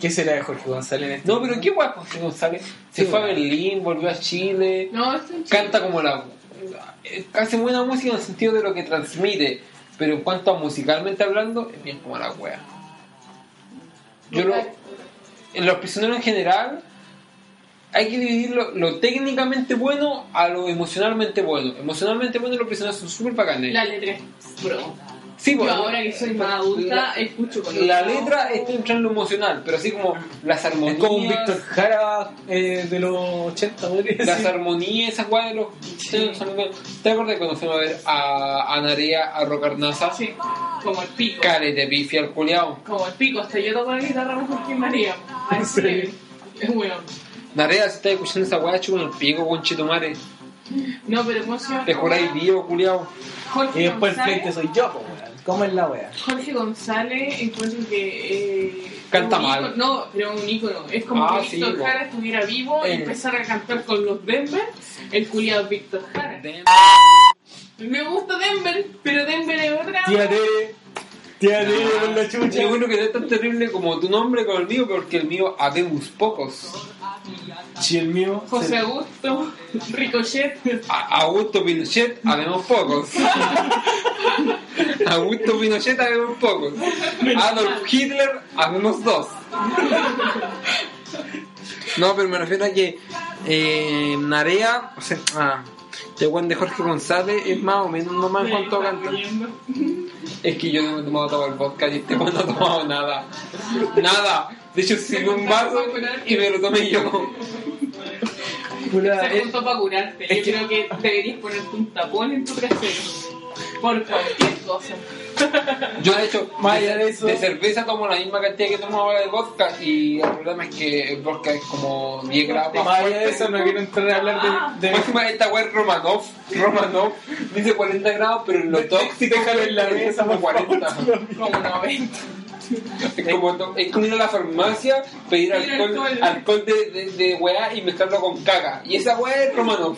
S2: ¿Qué será de Jorge González en este
S1: No, pero qué guay Jorge González. Se
S2: Sí,
S1: fue a
S2: bueno.
S1: Berlín, volvió a Chile.
S3: No, es un chico.
S1: Canta como la. eh, Hace buena música en el sentido de lo que transmite. Pero en cuanto a musicalmente hablando, es bien como la wea. Yo lo. En los prisioneros en general. Hay que dividir lo, lo técnicamente bueno a lo emocionalmente bueno. Emocionalmente bueno los prisioneros son súper bacanes.
S3: La letra es bro.
S1: sí,
S3: Yo
S1: bueno,
S3: ahora que soy más
S1: la-
S3: adulta, escucho con
S1: La
S3: otro.
S1: letra está entrando en lo emocional, pero así como las
S2: Es
S1: armonías.
S2: como un Víctor Jara eh, de los 80, podría decir.
S1: Las armonías, esas guay de los. son bien. ¿Te acuerdas cuando fuimos a ver a Anarea, a Rocarnaza?
S3: Ah, Sí, como el pico.
S1: Cale de bifi al culiao.
S3: Como el pico, hasta yo toco la guitarra mejor que María.
S2: Sí.
S3: Así que, es bueno.
S1: Narea, si estás escuchando esa guay, chupa el pico, conchetumare.
S3: No, pero ¿cómo se llama?
S1: Te juráis vivo, culiao.
S3: Jorge
S2: Y después el
S3: González.
S2: frente soy yo, po, weón. ¿Cómo es la wea?
S3: Jorge González encuentro que eh,
S1: Canta
S3: un
S1: mal.
S3: ícono- no, pero un ícono. Es como
S1: Ah,
S3: que
S1: sí,
S3: Víctor
S1: po.
S3: Jara estuviera vivo y
S1: Eh.
S3: empezara a cantar con los Denver, el culiado Víctor Jara. Me gusta Denver, pero Denver es otra.
S2: Tía Tere. Tía Tere con la
S1: Yo
S2: chucha.
S1: bueno que no es tan terrible como tu nombre con el mío, porque el mío habemos pocos.
S2: Si el mío.
S3: José
S2: se-
S3: Augusto, Ricochet.
S1: A Augusto Pinochet, habemos pocos. Augusto Pinochet, habemos pocos. Adolf Hitler, habemos dos. No, pero me refiero a que eh, Narea, o sea, ah, de Juan de Jorge González es más o menos nomás en
S3: Me
S1: cuanto
S3: está
S1: canta.
S3: muriendo.
S1: Es que yo no me he tomado todo el vodka y este Juan no ha tomado nada. Nada. De hecho, sirve un vaso y me lo tomé yo.
S2: Pura-
S3: Se
S2: eh,
S3: juntó para curarte. Yo
S2: es que-
S3: creo que deberías ponerte un tapón en tu trasero. Por cualquier cosa.
S1: Yo, de hecho,
S2: Más allá de eso-
S1: de cerveza tomo la misma cantidad que tomo ahora de vodka y el problema es que el vodka es como 10 grados más
S2: Más allá
S1: fuerte.
S2: de eso, no quiero entrar a hablar de. de
S1: Máxima esta wea es Romanov, Romanov dice 40 grados, pero
S2: Este
S1: en lo tóxico
S2: déjalo en la
S1: es
S2: mesa,
S1: como
S2: por
S1: 40.
S2: favor.
S3: Como 90.
S1: Es como to- es como ir a la farmacia, pedir
S3: Pedir
S1: alcohol,
S3: alcohol.
S1: alcohol de, de, de weá y mezclarlo con caca. Y esa weá es Romanov.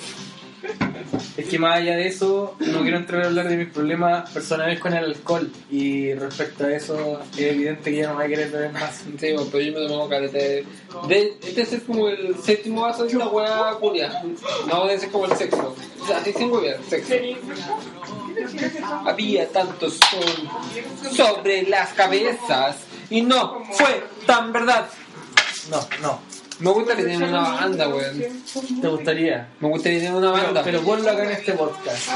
S2: Es que más allá de eso, no quiero entrar a hablar de mis problemas personales con el alcohol. Y respecto a eso, es evidente que ya no me voy a querer beber más.
S1: Sí, bueno, pero yo me tomo caleta de... de- Este es como el séptimo vaso de una hueá culia. No, ese es como el sexto. O sea, así sin huevear, sexto. Había tanto sol sobre las cabezas y no fue tan verdad.
S2: No, no.
S1: Me gusta que tienen una banda, weón.
S2: ¿Te gustaría?
S1: Me gustaría tener una
S2: Pero,
S1: banda.
S2: pero ponlo acá en este podcast.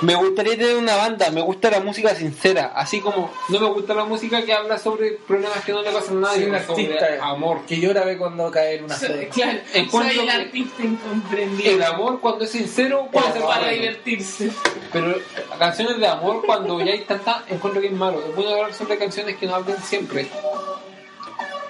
S1: Me gustaría tener una banda, me gusta la música sincera, así como no me gusta la música que habla sobre problemas que no le pasan a
S2: Soy
S1: nadie,
S2: un
S1: sobre
S2: artista
S1: amor.
S2: que llora ve cuando cae Eh, en una
S3: Soy-
S2: soda.
S3: Claro,
S1: Encuentro
S3: soy el
S1: que-
S3: artista incomprendido.
S1: El amor cuando es sincero, puede
S3: Para,
S1: ser
S3: para
S1: malo.
S3: divertirse.
S1: Pero canciones de amor, cuando ya hay tanta, encuentro que es malo. Es bueno hablar sobre canciones que no hablen siempre.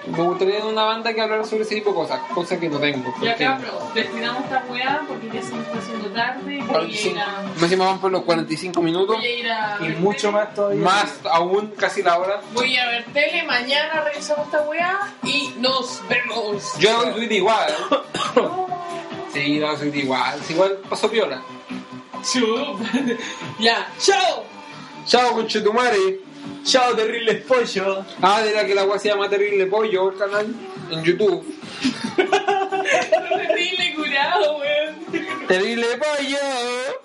S1: Me gustaría tener una banda que hablara sobre ese tipo de cosas, cosas que no tengo.
S3: Y
S1: porque-
S3: acá, bro, destinamos esta weá porque ya se me está haciendo tarde. y
S1: Ahora
S3: Voy a
S1: sí,
S3: ir a.
S1: Me llaman por los 45 minutos,
S3: Voy a ir a.
S2: Y
S3: ver
S2: mucho
S3: tele.
S2: más todavía.
S1: más aún, casi la hora.
S3: Voy a ir a ver tele, mañana revisamos esta weá y nos vemos.
S1: Yo la voy a subir igual. ¿eh? Sí, la voy a subir igual. Si igual pasó piola.
S3: Chup. ya, chao.
S1: Chao, conchetumare.
S2: Chao, terrible pollo.
S1: Ah, de la que la agua se llama Terrible Pollo, el canal en YouTube.
S3: Terrible curado, weón.
S1: Terrible Pollo.